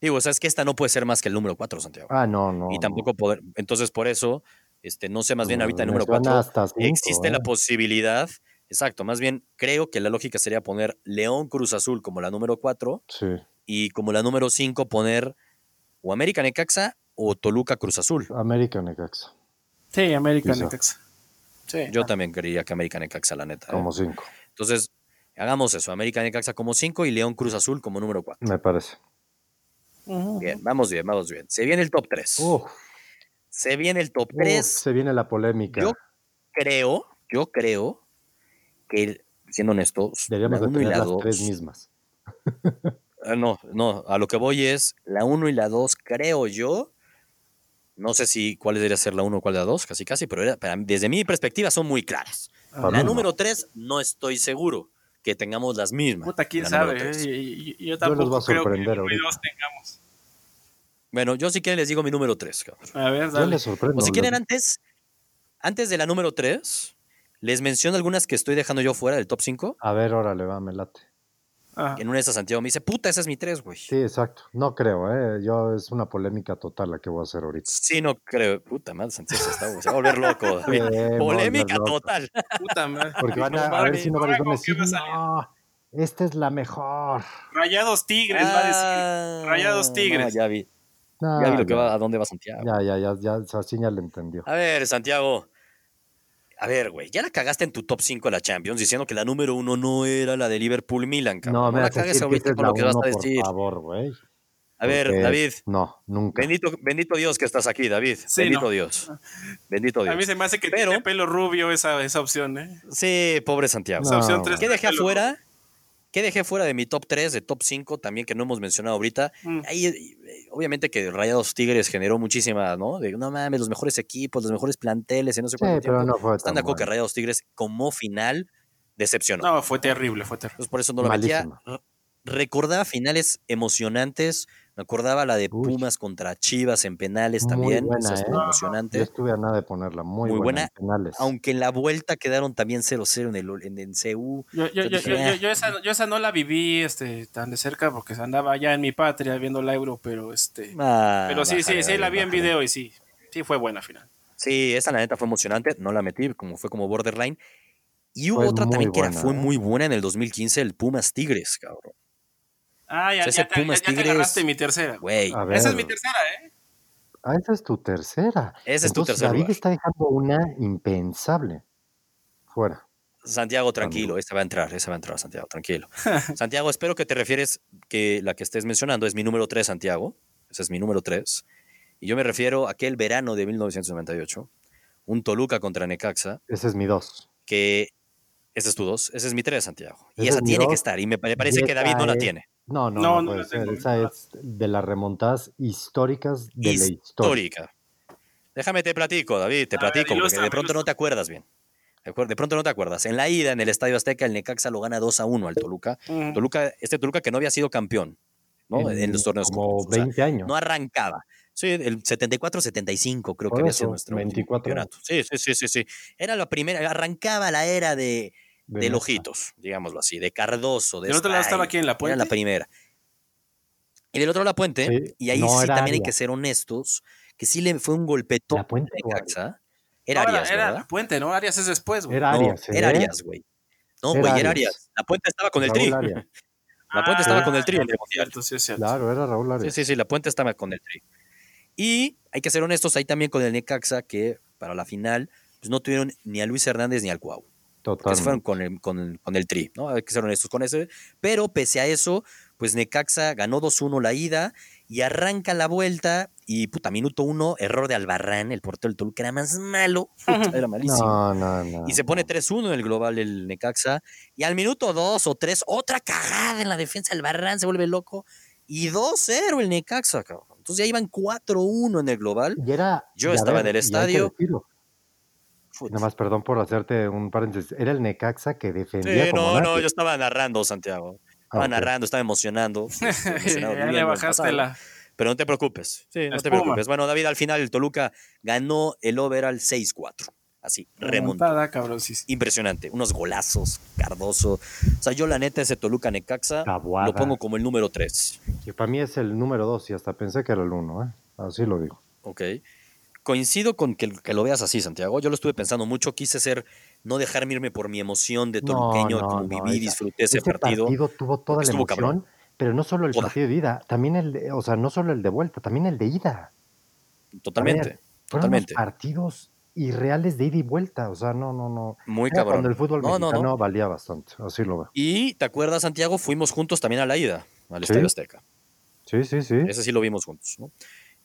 Speaker 1: Digo, o sea, es que esta no puede ser más que el número 4, Santiago.
Speaker 3: Ah, no, no.
Speaker 1: y
Speaker 3: no.
Speaker 1: tampoco poder. Entonces, por eso, este, no sé más bien
Speaker 3: Me-
Speaker 1: ahorita el
Speaker 3: me
Speaker 1: número
Speaker 3: suena
Speaker 1: 4.
Speaker 3: hasta cinco,
Speaker 1: Existe
Speaker 3: ¿eh?
Speaker 1: la posibilidad. Exacto, más bien creo que la lógica sería poner León Cruz Azul como la número 4
Speaker 3: Sí.
Speaker 1: y como la número 5 poner o América Necaxa o Toluca Cruz Azul.
Speaker 3: América Necaxa,
Speaker 2: Sí, América,
Speaker 3: Quizá.
Speaker 2: Necaxa. Sí.
Speaker 1: Yo también creería que América Necaxa, la neta. ¿eh?
Speaker 3: como 5,
Speaker 1: Entonces, hagamos eso, América Necaxa como 5 y León Cruz Azul como número 4.
Speaker 3: me parece.
Speaker 2: Ujú.
Speaker 1: Bien, vamos bien, vamos bien. Se viene el top 3.
Speaker 3: Uf,
Speaker 1: Se viene el top
Speaker 3: uf,
Speaker 1: 3.
Speaker 3: se viene la polémica.
Speaker 1: Yo creo, yo creo que, el- siendo honestos,
Speaker 3: Deberíamos
Speaker 1: la
Speaker 3: de
Speaker 1: 1 y
Speaker 3: tener
Speaker 1: la
Speaker 3: las tres
Speaker 1: 2.
Speaker 3: mismas.
Speaker 1: No, no, a lo que voy es la 1 y la 2, creo yo. No sé si cuál debería ser la 1 o cuál la 2, casi casi, pero era- para- desde mi perspectiva son muy claras. la
Speaker 3: Para mí no.
Speaker 1: número 3 no estoy seguro que tengamos las mismas.
Speaker 2: Puta, quién
Speaker 1: la
Speaker 2: sabe.
Speaker 1: número tres.
Speaker 2: eh, y- y- y Yo
Speaker 3: Yo los voy
Speaker 2: tampoco
Speaker 3: a
Speaker 2: creo que
Speaker 3: sorprender
Speaker 2: uno y
Speaker 3: ahorita.
Speaker 2: dos tengamos.
Speaker 1: Bueno, yo si quieren les digo mi número 3.
Speaker 2: A ver,
Speaker 3: Yo
Speaker 2: dale.
Speaker 3: les sorprendo.
Speaker 1: O si quieren
Speaker 3: les-
Speaker 1: antes, antes de la número 3, les menciono algunas que estoy dejando yo fuera del top 5.
Speaker 3: A ver, órale, va, me late.
Speaker 2: Ajá.
Speaker 1: que en una de esas Santiago me dice, puta, esa es mi 3, güey.
Speaker 3: Sí, exacto. No creo, ¿eh? Yo es una polémica total la que voy a hacer ahorita.
Speaker 1: Sí, no creo. Puta madre, Santiago se, está- se va a volver loco. David.
Speaker 3: Eh, me voy a volver
Speaker 1: Polémica
Speaker 3: loco.
Speaker 1: total.
Speaker 2: Puta madre.
Speaker 3: Porque van
Speaker 2: No
Speaker 3: a, a ver
Speaker 2: mames,
Speaker 3: si
Speaker 2: no
Speaker 3: no varios
Speaker 2: hay
Speaker 3: van a
Speaker 2: con qué
Speaker 3: decir,
Speaker 2: va a salir.
Speaker 3: no, Esta es la mejor.
Speaker 2: Rayados Tigres, va a
Speaker 1: Ah,
Speaker 2: decir. Rayados Tigres.
Speaker 1: No, Ah, ya vi,
Speaker 3: No,
Speaker 1: ya vi lo que
Speaker 3: Ah, ya,
Speaker 1: va, Ah, a dónde va Santiago.
Speaker 3: Ya, ya, ya, ya, Sachin ya le entendió.
Speaker 1: A ver, Santiago. A ver, güey, ya la cagaste en tu top 5 de la Champions diciendo que la número uno no era la de Liverpool-Milan, cabrón.
Speaker 3: No,
Speaker 1: No,
Speaker 3: me
Speaker 1: la
Speaker 3: vas a
Speaker 1: cagues
Speaker 3: decir que esa
Speaker 1: ahorita
Speaker 3: es
Speaker 1: con
Speaker 3: la
Speaker 1: lo que vas
Speaker 3: uno,
Speaker 1: a
Speaker 3: por
Speaker 1: decir.
Speaker 3: favor, güey.
Speaker 1: A ver,
Speaker 3: Porque-
Speaker 1: David,
Speaker 3: No, nunca.
Speaker 1: bendito, bendito Dios que estás aquí, David.
Speaker 2: Sí,
Speaker 1: bendito
Speaker 2: no.
Speaker 1: Dios. Bendito
Speaker 2: A mí
Speaker 1: Dios.
Speaker 2: se me hace que
Speaker 1: Pero-
Speaker 2: tiene pelo rubio esa, esa opción, ¿eh?
Speaker 1: Sí, pobre Santiago.
Speaker 2: Esa
Speaker 3: No,
Speaker 2: opción
Speaker 3: güey.
Speaker 2: tres
Speaker 1: ¿Qué
Speaker 2: tiene
Speaker 1: dejé
Speaker 2: pelo
Speaker 1: afuera? ¿Qué dejé fuera de mi top 3, de top 5 también que no hemos mencionado ahorita?
Speaker 2: Mm.
Speaker 1: Ahí, eh, obviamente que Rayados Tigres generó muchísima, ¿no? De, no mames, los mejores equipos, los mejores planteles, en no sé
Speaker 3: Sí,
Speaker 1: cuánto tiempo.
Speaker 3: pero no fue
Speaker 1: Están
Speaker 3: tan
Speaker 1: de acuerdo que
Speaker 3: bueno.
Speaker 1: Rayados Tigres como final decepcionó.
Speaker 2: No, fue terrible, fue terrible.
Speaker 1: Entonces por eso no lo metía.
Speaker 3: Malísima.
Speaker 1: R- Recordaba finales emocionantes. Me acordaba la de
Speaker 3: Uy.
Speaker 1: Pumas contra Chivas en penales
Speaker 3: Muy
Speaker 1: también.
Speaker 3: buena,
Speaker 1: Esa
Speaker 3: ¿eh?
Speaker 1: estuvo emocionante.
Speaker 3: Yo estuve a nada de ponerla. Muy,
Speaker 1: Muy
Speaker 3: buena.
Speaker 1: buena,
Speaker 3: en penales.
Speaker 1: Aunque en la vuelta quedaron también 0-0 en, el- en, en CU.
Speaker 2: Yo, yo-
Speaker 1: Yo
Speaker 2: yo-
Speaker 1: dije,
Speaker 2: yo- yo-
Speaker 1: "Ah".
Speaker 2: yo esa, yo esa no la viví este, tan de cerca porque andaba allá en mi patria viendo la euro, pero este.
Speaker 1: Ah,
Speaker 2: pero sí, sí,
Speaker 1: bájale,
Speaker 2: sí, la vi en
Speaker 1: bájale.
Speaker 2: video y sí. Sí, fue buena al final.
Speaker 1: Sí, esa la neta fue emocionante. No la metí, como fue como borderline. Y hubo
Speaker 3: Fue
Speaker 1: otra también
Speaker 3: muy
Speaker 1: que era-
Speaker 3: buena,
Speaker 1: fue
Speaker 3: ¿eh?
Speaker 1: muy buena en el 2015, el Pumas Tigres, cabrón.
Speaker 2: Ah,
Speaker 1: O
Speaker 2: ya,
Speaker 1: sea, ese
Speaker 2: ya, te- ya-
Speaker 1: Pumas
Speaker 2: ya te
Speaker 1: Tigres-
Speaker 2: agarraste mi tercera. güey.
Speaker 1: Güey.
Speaker 3: A ver.
Speaker 2: Esa es mi tercera, ¿eh?
Speaker 3: Ah, esa es tu tercera.
Speaker 1: Ese es tu
Speaker 3: Entonces,
Speaker 1: tercer
Speaker 3: David
Speaker 1: lugar.
Speaker 3: está dejando una impensable. Fuera.
Speaker 1: Santiago, tranquilo, esta va a entrar, esta va a entrar, Santiago, tranquilo. Santiago, espero que te refieres que la que estés mencionando es mi número 3, Santiago. Ese es mi número 3. Y yo me refiero a aquel verano de 1998, un Toluca contra Necaxa,
Speaker 3: Ese es mi dos.
Speaker 1: que ese es tu 2, ese es mi 3, Santiago. Y
Speaker 3: Ese
Speaker 1: esa
Speaker 3: es mi
Speaker 1: tiene que
Speaker 3: dos,
Speaker 1: estar, y me pare-
Speaker 3: y
Speaker 1: parece que
Speaker 3: esa
Speaker 1: David no la
Speaker 3: es
Speaker 1: tiene.
Speaker 3: No, no,
Speaker 2: No,
Speaker 3: no,
Speaker 2: no
Speaker 3: puede
Speaker 2: la
Speaker 3: ser.
Speaker 2: tengo.
Speaker 3: Esa es de las remontadas históricas de la historia.
Speaker 1: Histórica. Déjame te platico, David, te
Speaker 2: A ver,
Speaker 1: platico, porque
Speaker 2: ilústrame,
Speaker 1: de pronto no te acuerdas bien. De acuer- de pronto no te acuerdas. En la ida, en el Estadio Azteca, el Necaxa lo gana 2 a 1 al Toluca.
Speaker 2: Ujú.
Speaker 1: Toluca, este Toluca que no había sido campeón, ¿no? En, los torneos
Speaker 3: Como
Speaker 1: cortos, o sea,
Speaker 3: 20 años.
Speaker 1: no arrancaba. Sí, el 74-75 creo
Speaker 3: Por
Speaker 1: que había
Speaker 3: eso,
Speaker 1: sido nuestro último
Speaker 3: 24
Speaker 1: campeonato. Sí, sí, sí, sí, sí. Era la primera, arrancaba la era de, de
Speaker 3: de nuestra.
Speaker 1: Lojitos, digámoslo así, de Cardoso, de
Speaker 2: Del otro lado
Speaker 1: Stein.
Speaker 2: estaba aquí en
Speaker 1: Era
Speaker 2: la
Speaker 1: la
Speaker 2: puerta.
Speaker 1: primera. Y del otro lado la puente,
Speaker 3: Sí,
Speaker 1: y ahí
Speaker 3: no,
Speaker 1: sí
Speaker 3: era
Speaker 1: también hay
Speaker 3: Arias.
Speaker 1: que ser honestos, que sí le fue un golpetón
Speaker 3: La Puente
Speaker 1: a
Speaker 3: o
Speaker 1: Necaxa. Era
Speaker 2: No,
Speaker 1: Arias,
Speaker 2: era
Speaker 1: ¿verdad?
Speaker 2: Puente, ¿no? Arias es después, güey.
Speaker 3: Era
Speaker 1: No,
Speaker 3: Arias.
Speaker 1: era
Speaker 3: ¿eh?
Speaker 1: Arias, güey. No,
Speaker 3: Era
Speaker 1: güey, era
Speaker 3: Arias.
Speaker 1: Arias. La puente estaba con el
Speaker 3: Raúl
Speaker 1: tri.
Speaker 3: Arias.
Speaker 1: La puente estaba
Speaker 2: Ah,
Speaker 1: con el tri en el
Speaker 2: sí,
Speaker 1: Mundial.
Speaker 2: cierto, sí, es cierto.
Speaker 3: Claro, era Raúl
Speaker 1: Sí,
Speaker 3: Arias.
Speaker 1: sí, sí, la puente estaba con el tri. Y hay que ser honestos ahí también con el Necaxa, que para la final pues no tuvieron ni a Luis Hernández ni al Cuau. que se fueron
Speaker 3: Totalmente.
Speaker 1: con el, con, el- con el tri, ¿no? Hay que ser honestos con ese. Pero pese a eso, pues Necaxa ganó 2-1 la ida y arranca la vuelta. Y puta, minuto uno, error de Albarrán, el portero del Toluca era más malo. Puta, era malísimo.
Speaker 3: No, no, no.
Speaker 1: Y se pone
Speaker 3: no.
Speaker 1: 3-1 en el global el Necaxa. Y al minuto 2 o 3, otra cagada en la defensa del Barran, se vuelve loco. Y 2-0 el Necaxa, cabrón. Entonces ya iban 4-1 en el global.
Speaker 3: Y era,
Speaker 1: Yo
Speaker 3: y a
Speaker 1: estaba en el
Speaker 3: y hay que
Speaker 1: estadio.
Speaker 3: decirlo.
Speaker 1: Puta.
Speaker 3: Nada más, perdón por hacerte un paréntesis. Era el Necaxa que defendía
Speaker 1: Sí,
Speaker 3: como
Speaker 1: no, no,
Speaker 3: nadie.
Speaker 1: yo estaba narrando, Santiago.
Speaker 3: Ah,
Speaker 1: Estaba
Speaker 3: ok.
Speaker 1: narrando, estaba emocionando. este, emocionado,
Speaker 2: ya
Speaker 1: viviendo
Speaker 2: le
Speaker 1: el
Speaker 2: bajaste
Speaker 1: pasado.
Speaker 2: la.
Speaker 1: Pero no te preocupes. Sí, no
Speaker 2: Las
Speaker 1: te
Speaker 2: Pumas.
Speaker 1: preocupes. Bueno, David, al final el Toluca ganó el overall 6-4. Así, remontó.
Speaker 2: Remontada, cabrón, sí, sí.
Speaker 1: Impresionante. Unos golazos, Cardoso. O sea, yo la neta ese Toluca Necaxa
Speaker 3: Tabuada.
Speaker 1: lo pongo como el número 3.
Speaker 3: Que para mí es el número dos y hasta pensé que era el uno, ¿eh? Así lo digo.
Speaker 1: Ok. Coincido con que, que lo veas así, Santiago. Yo lo estuve pensando mucho. Quise ser, no dejarme irme por mi emoción de toluqueño,
Speaker 3: no,
Speaker 1: como
Speaker 3: no,
Speaker 1: viví,
Speaker 3: esa-
Speaker 1: disfruté ese
Speaker 3: Ese
Speaker 1: partido.
Speaker 3: partido, tuvo toda
Speaker 1: porque
Speaker 3: la
Speaker 1: estuvo
Speaker 3: emoción,
Speaker 1: cabrón.
Speaker 3: pero no solo el
Speaker 1: Toda.
Speaker 3: partido de ida, también el, de- o sea, no solo el de vuelta, también el de ida. A ver,
Speaker 1: Totalmente.
Speaker 3: fueron unos
Speaker 1: totalmente.
Speaker 3: partidos irreales de ida y vuelta, o sea, no, no, no.
Speaker 1: Muy
Speaker 3: Era
Speaker 1: cabrón.
Speaker 3: cuando el fútbol
Speaker 1: No, no,
Speaker 3: mexicano
Speaker 1: no.
Speaker 3: valía bastante, así lo veo.
Speaker 1: Y te acuerdas, Santiago, fuimos juntos también a la ida, al
Speaker 3: Sí.
Speaker 1: Estadio Azteca.
Speaker 3: Sí, sí, sí.
Speaker 1: Ese sí lo vimos juntos. ¿no?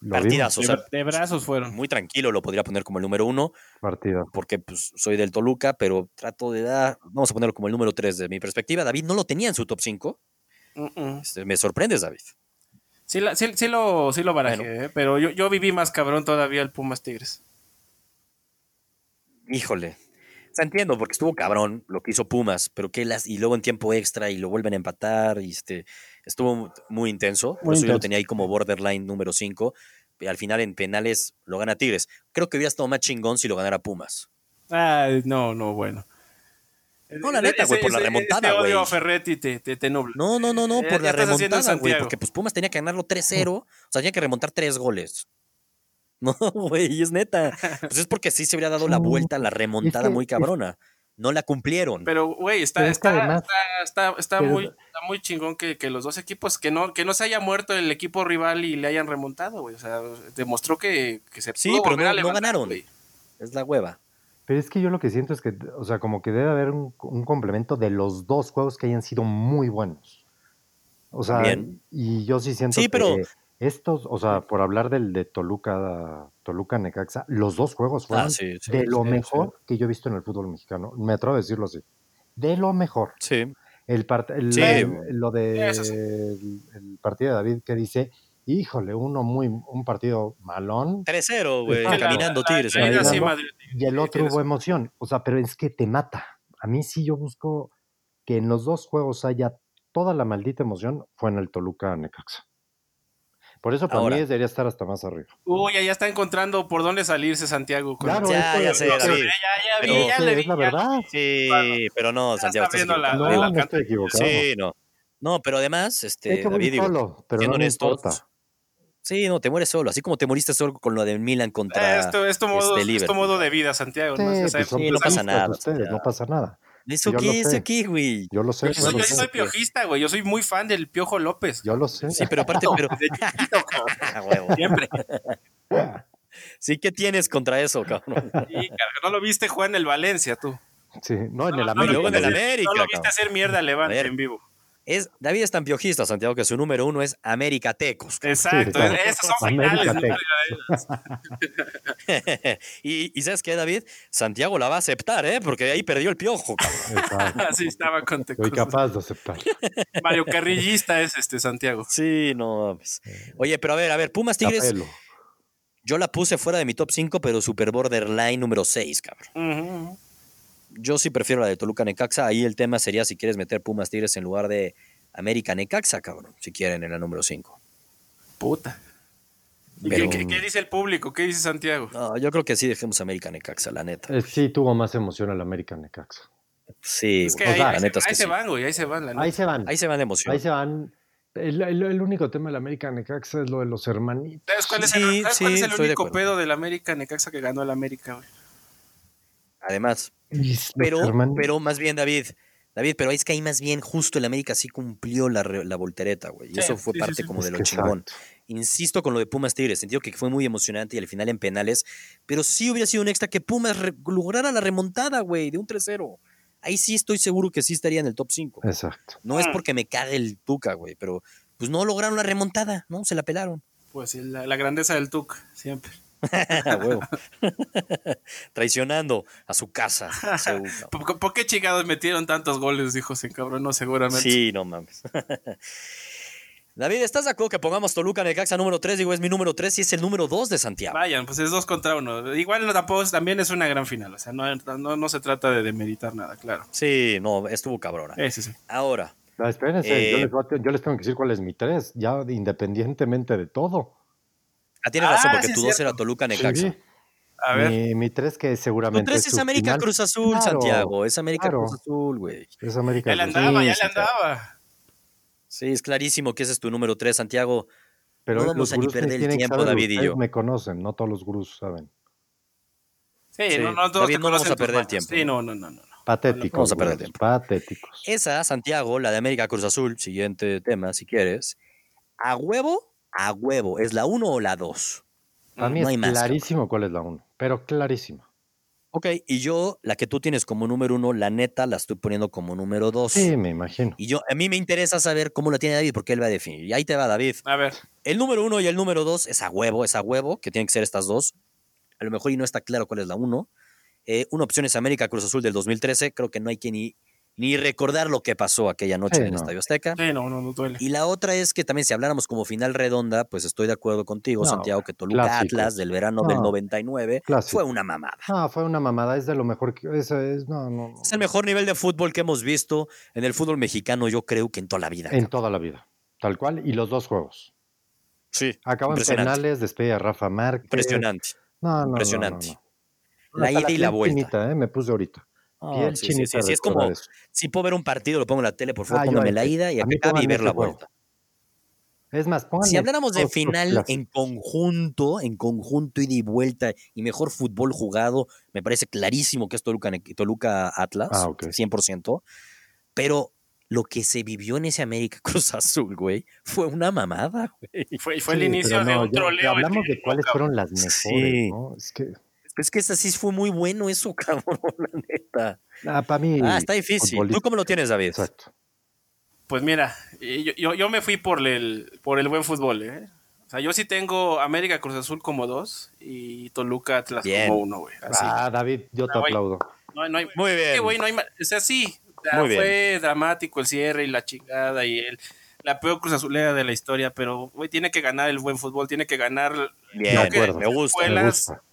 Speaker 3: lo vimos,
Speaker 1: Partidazo. o sea,
Speaker 2: de, de brazos fueron.
Speaker 1: muy tranquilo lo podría poner como el número uno,
Speaker 3: partido.
Speaker 1: porque pues, soy del Toluca, pero trato de dar, vamos a ponerlo como el número 3 de mi perspectiva. David no lo tenía en su top 5.
Speaker 2: Mm, mm.
Speaker 1: me sorprendes, David.
Speaker 2: Sí, la- sí- sí lo, sí lo barajé,
Speaker 1: Bueno.
Speaker 2: eh, pero yo, yo viví más cabrón todavía el Pumas Tigres.
Speaker 1: Híjole. O sea, entiendo, porque estuvo cabrón lo que hizo Pumas, pero que las. Y luego en tiempo extra y lo vuelven a empatar. Y este, estuvo mu- muy intenso. Por
Speaker 3: Muy
Speaker 1: eso yo lo
Speaker 3: intenso.
Speaker 1: tenía ahí como borderline número 5. Y al final en penales lo gana Tigres. Creo que hubiera estado más chingón si lo ganara Pumas.
Speaker 2: Ay, Ah, no, no, bueno.
Speaker 1: No, la neta, güey, por la remontada,
Speaker 2: Te
Speaker 1: güey.
Speaker 2: odio a Ferretti, te, te, te nubla.
Speaker 1: No, no, no, no,
Speaker 2: Ya-
Speaker 1: por
Speaker 2: Eh, ya
Speaker 1: la
Speaker 2: estás haciendo
Speaker 1: remontada, güey.
Speaker 2: Santiago.
Speaker 1: Porque pues Pumas tenía que ganarlo 3-0. O sea, tenía que remontar 3 goles. No, güey, es neta. Pues es porque sí se hubiera dado la
Speaker 3: Sí.
Speaker 1: vuelta, la
Speaker 3: Es
Speaker 1: remontada
Speaker 3: que-
Speaker 1: muy
Speaker 3: es-
Speaker 1: cabrona. no la cumplieron.
Speaker 2: Pero, güey, está,
Speaker 4: Pero es que
Speaker 2: está,
Speaker 4: además-
Speaker 2: está- está- está
Speaker 4: pero-
Speaker 2: muy, está muy chingón que, que los dos equipos, que no, que no se haya muerto el equipo rival y le hayan remontado, güey. O sea, demostró que, que se
Speaker 1: Sí,
Speaker 2: pudo
Speaker 1: pero
Speaker 2: volver
Speaker 1: no-
Speaker 2: a
Speaker 1: no
Speaker 2: levantar,
Speaker 1: ganaron. eh,
Speaker 2: güey.
Speaker 1: Es la hueva.
Speaker 3: Pero es que yo lo que siento es que, o sea, como que debe haber un, un complemento de los dos juegos que hayan sido muy buenos. O sea,
Speaker 1: Bien.
Speaker 3: y yo sí siento
Speaker 1: Sí,
Speaker 3: que
Speaker 1: pero-
Speaker 3: estos, o sea, por hablar del de Toluca, Toluca Necaxa, los dos juegos fueron
Speaker 1: Ah, sí, sí,
Speaker 3: de lo
Speaker 1: sí,
Speaker 3: mejor que yo he visto en el fútbol mexicano. Me atrevo a decirlo así. De lo mejor.
Speaker 1: Sí.
Speaker 3: El part- el-
Speaker 1: Sí.
Speaker 3: el- lo de
Speaker 2: Eso sí.
Speaker 3: el, el partido de David que dice, híjole, uno muy, un partido malón,
Speaker 1: 3-0, güey.
Speaker 3: Está
Speaker 1: Caminando Tigres.
Speaker 2: La ida
Speaker 1: ahí.
Speaker 3: Caminando.
Speaker 2: Ah, sí, Madrid.
Speaker 3: y el
Speaker 2: Sí,
Speaker 3: otro
Speaker 2: tienes-
Speaker 3: hubo emoción. O sea, pero es que te mata. A mí sí yo busco que en los dos juegos haya toda la maldita emoción, fue en el Toluca Necaxa. Por eso para
Speaker 1: Ahora.
Speaker 3: mí debería estar hasta más arriba.
Speaker 2: Uy, ya está encontrando por dónde salirse Santiago. con-
Speaker 3: Claro,
Speaker 2: ya,
Speaker 1: Ya,
Speaker 3: esto
Speaker 1: ya
Speaker 3: es-
Speaker 1: sé,
Speaker 3: no,
Speaker 2: ya,
Speaker 1: David.
Speaker 2: ya
Speaker 1: Pero
Speaker 2: vi, ya
Speaker 3: es-
Speaker 2: le vi.
Speaker 3: es la
Speaker 2: ya.
Speaker 3: verdad.
Speaker 1: Sí, pero no,
Speaker 2: Ya
Speaker 1: Santiago.
Speaker 2: está
Speaker 1: estás
Speaker 2: viendo la-
Speaker 1: equivocado.
Speaker 2: la-
Speaker 1: Ahí
Speaker 3: No,
Speaker 1: la-
Speaker 3: no estoy equivocado.
Speaker 1: Sí, no. No, pero además, este,
Speaker 3: He hecho muy
Speaker 1: David, digo,
Speaker 3: solo, pero no
Speaker 1: siendo
Speaker 3: me
Speaker 1: honestos,
Speaker 3: importa.
Speaker 1: sí, no, te mueres solo. Así como te moriste solo con lo de Milan contra...
Speaker 2: Ah, Esto, esto, modo,
Speaker 1: este,
Speaker 2: esto
Speaker 1: Liverpool.
Speaker 2: modo de vida, Santiago. ¿no?
Speaker 3: Sí,
Speaker 2: Ya
Speaker 3: pues
Speaker 2: sabes,
Speaker 3: son
Speaker 1: sí, no pasa
Speaker 3: periodistas
Speaker 1: nada,
Speaker 3: ustedes,
Speaker 1: o sea.
Speaker 3: no pasa nada.
Speaker 1: ¿Eso
Speaker 3: Yo lo
Speaker 1: qué? ¿Eso
Speaker 3: sé.
Speaker 1: qué, güey?
Speaker 3: Yo lo sé.
Speaker 2: yo,
Speaker 3: yo,
Speaker 2: soy,
Speaker 3: lo
Speaker 2: yo
Speaker 3: sé
Speaker 2: soy piojista, güey. Yo soy muy fan del Piojo López.
Speaker 3: yo lo sé.
Speaker 1: Sí, pero aparte, pero...
Speaker 2: De chiquito, cabrón,
Speaker 1: Ah, huevo.
Speaker 2: Siempre.
Speaker 1: Sí, ¿qué tienes contra eso, cabrón?
Speaker 2: Sí, carajo, no lo viste jugar en el Valencia, tú.
Speaker 3: Sí, no, en
Speaker 2: No,
Speaker 3: el
Speaker 2: no,
Speaker 1: Y
Speaker 3: América.
Speaker 1: Ah, luego en el
Speaker 3: lo vi.
Speaker 1: América,
Speaker 2: No lo
Speaker 1: cabrón.
Speaker 2: viste hacer mierda a
Speaker 1: A
Speaker 2: Levante
Speaker 1: ver.
Speaker 2: en vivo.
Speaker 1: Es, David es tan piojista, Santiago, que su número uno es América Tecos.
Speaker 2: Exacto.
Speaker 3: claro.
Speaker 2: Esas son
Speaker 3: América
Speaker 2: finales. ¿no?
Speaker 3: Tech.
Speaker 1: y, y ¿sabes qué, David? Santiago la va a aceptar, ¿eh? Porque ahí perdió el piojo, cabrón.
Speaker 3: Exacto.
Speaker 2: Así estaba con
Speaker 3: Soy
Speaker 2: Tecos.
Speaker 3: capaz de aceptar.
Speaker 2: Mario Carrillista es este Santiago.
Speaker 1: Sí, no. pues. Oye, pero a ver, a ver, Pumas Tigres,
Speaker 3: Apelo.
Speaker 1: yo la puse fuera de mi top 5, pero super borderline número 6, cabrón.
Speaker 2: Ujú.
Speaker 1: Yo sí prefiero la de Toluca Necaxa. Ahí el tema sería si quieres meter Pumas Tigres en lugar de América Necaxa, cabrón, si quieren en la número 5.
Speaker 2: Puta. ¿Y
Speaker 1: Pero-
Speaker 2: qué, qué- qué dice el público? ¿Qué dice Santiago?
Speaker 1: No, yo creo que sí dejemos América Necaxa, la neta.
Speaker 3: Eh, Sí tuvo más emoción el América Necaxa.
Speaker 1: Sí,
Speaker 2: Es que
Speaker 1: güey, pues,
Speaker 2: ahí,
Speaker 1: la
Speaker 2: ahí se-
Speaker 1: neta es que
Speaker 2: ahí se
Speaker 1: sí.
Speaker 2: van, güey. Ahí se van. La neta.
Speaker 3: Ahí se van.
Speaker 1: Ahí se van de emoción.
Speaker 3: Ahí se van. El, el- el único tema del América Necaxa es lo de los hermanitos.
Speaker 2: ¿Sabes cuál es
Speaker 1: Sí,
Speaker 2: el, ¿sabes cuál
Speaker 1: sí,
Speaker 2: es el
Speaker 1: estoy de
Speaker 2: único
Speaker 1: acuerdo.
Speaker 2: pedo del América Necaxa que ganó el América, güey?
Speaker 1: Además,
Speaker 3: Y los
Speaker 1: Pero,
Speaker 3: hermanitos.
Speaker 1: pero más bien, David. David, pero es que ahí más bien justo el América sí cumplió la, re- la voltereta, güey. Y
Speaker 2: Sí,
Speaker 1: eso fue
Speaker 2: sí, sí,
Speaker 1: parte
Speaker 2: sí.
Speaker 1: como
Speaker 3: Es
Speaker 1: de lo
Speaker 3: que
Speaker 1: chingón.
Speaker 3: exacto.
Speaker 1: Insisto con lo de Pumas Tigres, sentido que fue muy emocionante y al final en penales, pero sí hubiera sido un extra que Pumas re- lograra la remontada, güey, de un 3-0. Ahí sí estoy seguro que sí estaría en el top 5.
Speaker 3: Exacto.
Speaker 1: No es
Speaker 2: Mm.
Speaker 1: porque me cague el Tuca, güey, pero pues no lograron la remontada, ¿no? Se la pelaron.
Speaker 2: Pues sí, la, la grandeza del Tuca, siempre.
Speaker 1: A huevo. Traicionando a su casa. a su-
Speaker 2: ¿Por, por qué chingados metieron tantos goles? Dijo se cabrón, no seguramente.
Speaker 1: Sí, no mames. David, ¿estás de acuerdo que pongamos Toluca en el Caxa número 3? Digo, es mi número 3 y es el número 2 de Santiago.
Speaker 2: Vayan, pues es dos contra uno. Igual no, tampoco es- también es una gran final. O sea, no, no, no se trata de demeritar nada, claro.
Speaker 1: Sí, no, estuvo cabrona.
Speaker 2: Ese sí.
Speaker 1: Ahora,
Speaker 3: No, espérense, yo,
Speaker 1: Eh,
Speaker 3: les voy a- yo les tengo que decir cuál es mi tres, ya de- independientemente de todo.
Speaker 1: ah, tienes
Speaker 2: Ah,
Speaker 1: razón, porque
Speaker 2: sí,
Speaker 1: tu
Speaker 2: es
Speaker 1: 2
Speaker 2: cierto.
Speaker 1: era Toluca en el
Speaker 3: Sí,
Speaker 1: Caxa.
Speaker 2: A ver,
Speaker 3: mi, mi tres que
Speaker 1: Tu
Speaker 3: seguramente
Speaker 1: 3 es
Speaker 3: su
Speaker 1: América
Speaker 3: final-
Speaker 1: Cruz Azul,
Speaker 3: Claro,
Speaker 1: Santiago. Es América
Speaker 3: claro.
Speaker 1: Cruz Azul, güey.
Speaker 3: Es América
Speaker 2: ya le
Speaker 3: Cruz,
Speaker 2: andaba,
Speaker 1: sí,
Speaker 2: ya
Speaker 1: sí,
Speaker 2: le andaba.
Speaker 1: Sí, es clarísimo que ese es tu número 3, Santiago.
Speaker 3: pero
Speaker 1: no vamos
Speaker 3: los
Speaker 1: a ni
Speaker 3: gurús me
Speaker 1: perder el
Speaker 3: tienen que
Speaker 1: tiempo,
Speaker 3: saber,
Speaker 1: David y
Speaker 3: ustedes
Speaker 1: yo.
Speaker 3: me conocen, no todos los gurús saben.
Speaker 2: Sí,
Speaker 1: Sí,
Speaker 2: no, no, todos
Speaker 1: David,
Speaker 2: te
Speaker 1: no vamos
Speaker 2: conocen
Speaker 1: a
Speaker 2: tus
Speaker 1: perder el
Speaker 2: manos.
Speaker 1: tiempo.
Speaker 2: Sí, no, no, no, no. no.
Speaker 3: Patéticos.
Speaker 1: Vamos a perder
Speaker 3: gurús,
Speaker 1: tiempo. Eh,
Speaker 3: Patéticos.
Speaker 1: Esa, Santiago, la de América Cruz Azul, siguiente tema, si quieres. A huevo, a huevo. ¿Es la 1 o la 2?
Speaker 3: Para mí
Speaker 1: no
Speaker 3: es
Speaker 1: hay más, cabrón.
Speaker 3: clarísimo cuál es la uno, pero clarísimo.
Speaker 1: Ok, y yo, la que tú tienes como número uno, la neta, la estoy poniendo como número dos.
Speaker 3: Sí, me imagino.
Speaker 1: Y yo, a mí me interesa saber cómo la tiene David, porque él va a definir. Y ahí te va, David.
Speaker 2: A ver,
Speaker 1: El número uno y el número dos es a huevo, es a huevo, que tienen que ser estas dos. A lo mejor y no está claro cuál es la uno. Eh, una opción es América Cruz Azul del 2013. Creo que no hay que ni, ni recordar lo que pasó aquella noche
Speaker 3: Sí,
Speaker 1: en el
Speaker 3: no.
Speaker 1: Estadio Azteca.
Speaker 2: sí, no, no, no duele.
Speaker 1: Y la otra es que también si habláramos como final redonda, pues estoy de acuerdo contigo,
Speaker 3: No,
Speaker 1: Santiago, que Toluca
Speaker 3: clásico.
Speaker 1: Atlas del verano del
Speaker 3: No,
Speaker 1: 99
Speaker 3: clásico.
Speaker 1: fue una mamada.
Speaker 3: Ah, fue una mamada, es de lo mejor que. Eso es, no, no. no.
Speaker 1: Es el mejor nivel de fútbol que hemos visto en el fútbol mexicano, yo creo que en toda la vida.
Speaker 3: En
Speaker 1: cabrón.
Speaker 3: toda la vida. Tal cual. Y los dos juegos.
Speaker 1: sí,
Speaker 3: Acaban
Speaker 1: Impresionante.
Speaker 3: penales, despedida de Rafa Márquez.
Speaker 1: impresionante.
Speaker 3: No, no, no, no,
Speaker 1: impresionante.
Speaker 3: no.
Speaker 1: La
Speaker 3: Hasta
Speaker 1: ida y la
Speaker 3: piel
Speaker 1: vuelta.
Speaker 3: chinita, eh, me puse ahorita.
Speaker 1: Ah,
Speaker 3: Piel
Speaker 1: sí, sí,
Speaker 3: chinita
Speaker 1: sí, sí, es
Speaker 3: recordar
Speaker 1: como-
Speaker 3: eso.
Speaker 1: Si puedo ver un partido, lo pongo en la tele, por favor,
Speaker 3: Ah, yo
Speaker 1: póngame
Speaker 3: ahí
Speaker 1: la
Speaker 3: sí.
Speaker 1: ida y
Speaker 3: A
Speaker 1: acá
Speaker 3: mí
Speaker 1: acabe y
Speaker 3: pónganme
Speaker 1: ver
Speaker 3: ese
Speaker 1: la
Speaker 3: juego.
Speaker 1: vuelta.
Speaker 3: Es más,
Speaker 1: Si habláramos de final en conjunto, en conjunto ida y vuelta y mejor fútbol jugado, me parece clarísimo que es Toluca, Toluca Atlas,
Speaker 3: Ah, ok.
Speaker 1: 100%. Pero lo que se vivió en ese América Cruz Azul, güey, fue una mamada, güey.
Speaker 2: Fue, fue el inicio de un troleo.
Speaker 3: Hablamos de cuáles
Speaker 2: cabrón.
Speaker 3: fueron las mejores,
Speaker 1: Sí.
Speaker 3: ¿no? Es que,
Speaker 1: Es que esta sí fue muy bueno eso, cabrón, la neta.
Speaker 3: para mí.
Speaker 1: Ah, está difícil. ¿Tú
Speaker 3: futbolista.
Speaker 1: cómo lo tienes, David?
Speaker 3: Exacto.
Speaker 2: Pues mira, eh, yo, yo- yo me fui por el, por el buen fútbol, ¿eh? O sea, yo sí tengo América Cruz Azul como dos y Toluca Atlas
Speaker 1: Bien.
Speaker 2: como uno, güey. Así.
Speaker 3: Ah, David, yo te
Speaker 2: Ah, güey.
Speaker 3: aplaudo.
Speaker 2: No, no hay-
Speaker 1: Muy bien.
Speaker 2: es que, güey, no hay ma- o sea, sí. o sea,
Speaker 1: Muy bien.
Speaker 2: fue dramático el cierre y la chingada y el, la peor Cruz Azulera de la historia, pero, güey, tiene que ganar el buen fútbol, tiene que ganar
Speaker 1: Bien,
Speaker 2: Creo
Speaker 3: de acuerdo.
Speaker 1: me gusta.
Speaker 2: fue
Speaker 3: Me
Speaker 2: las-
Speaker 3: gusta.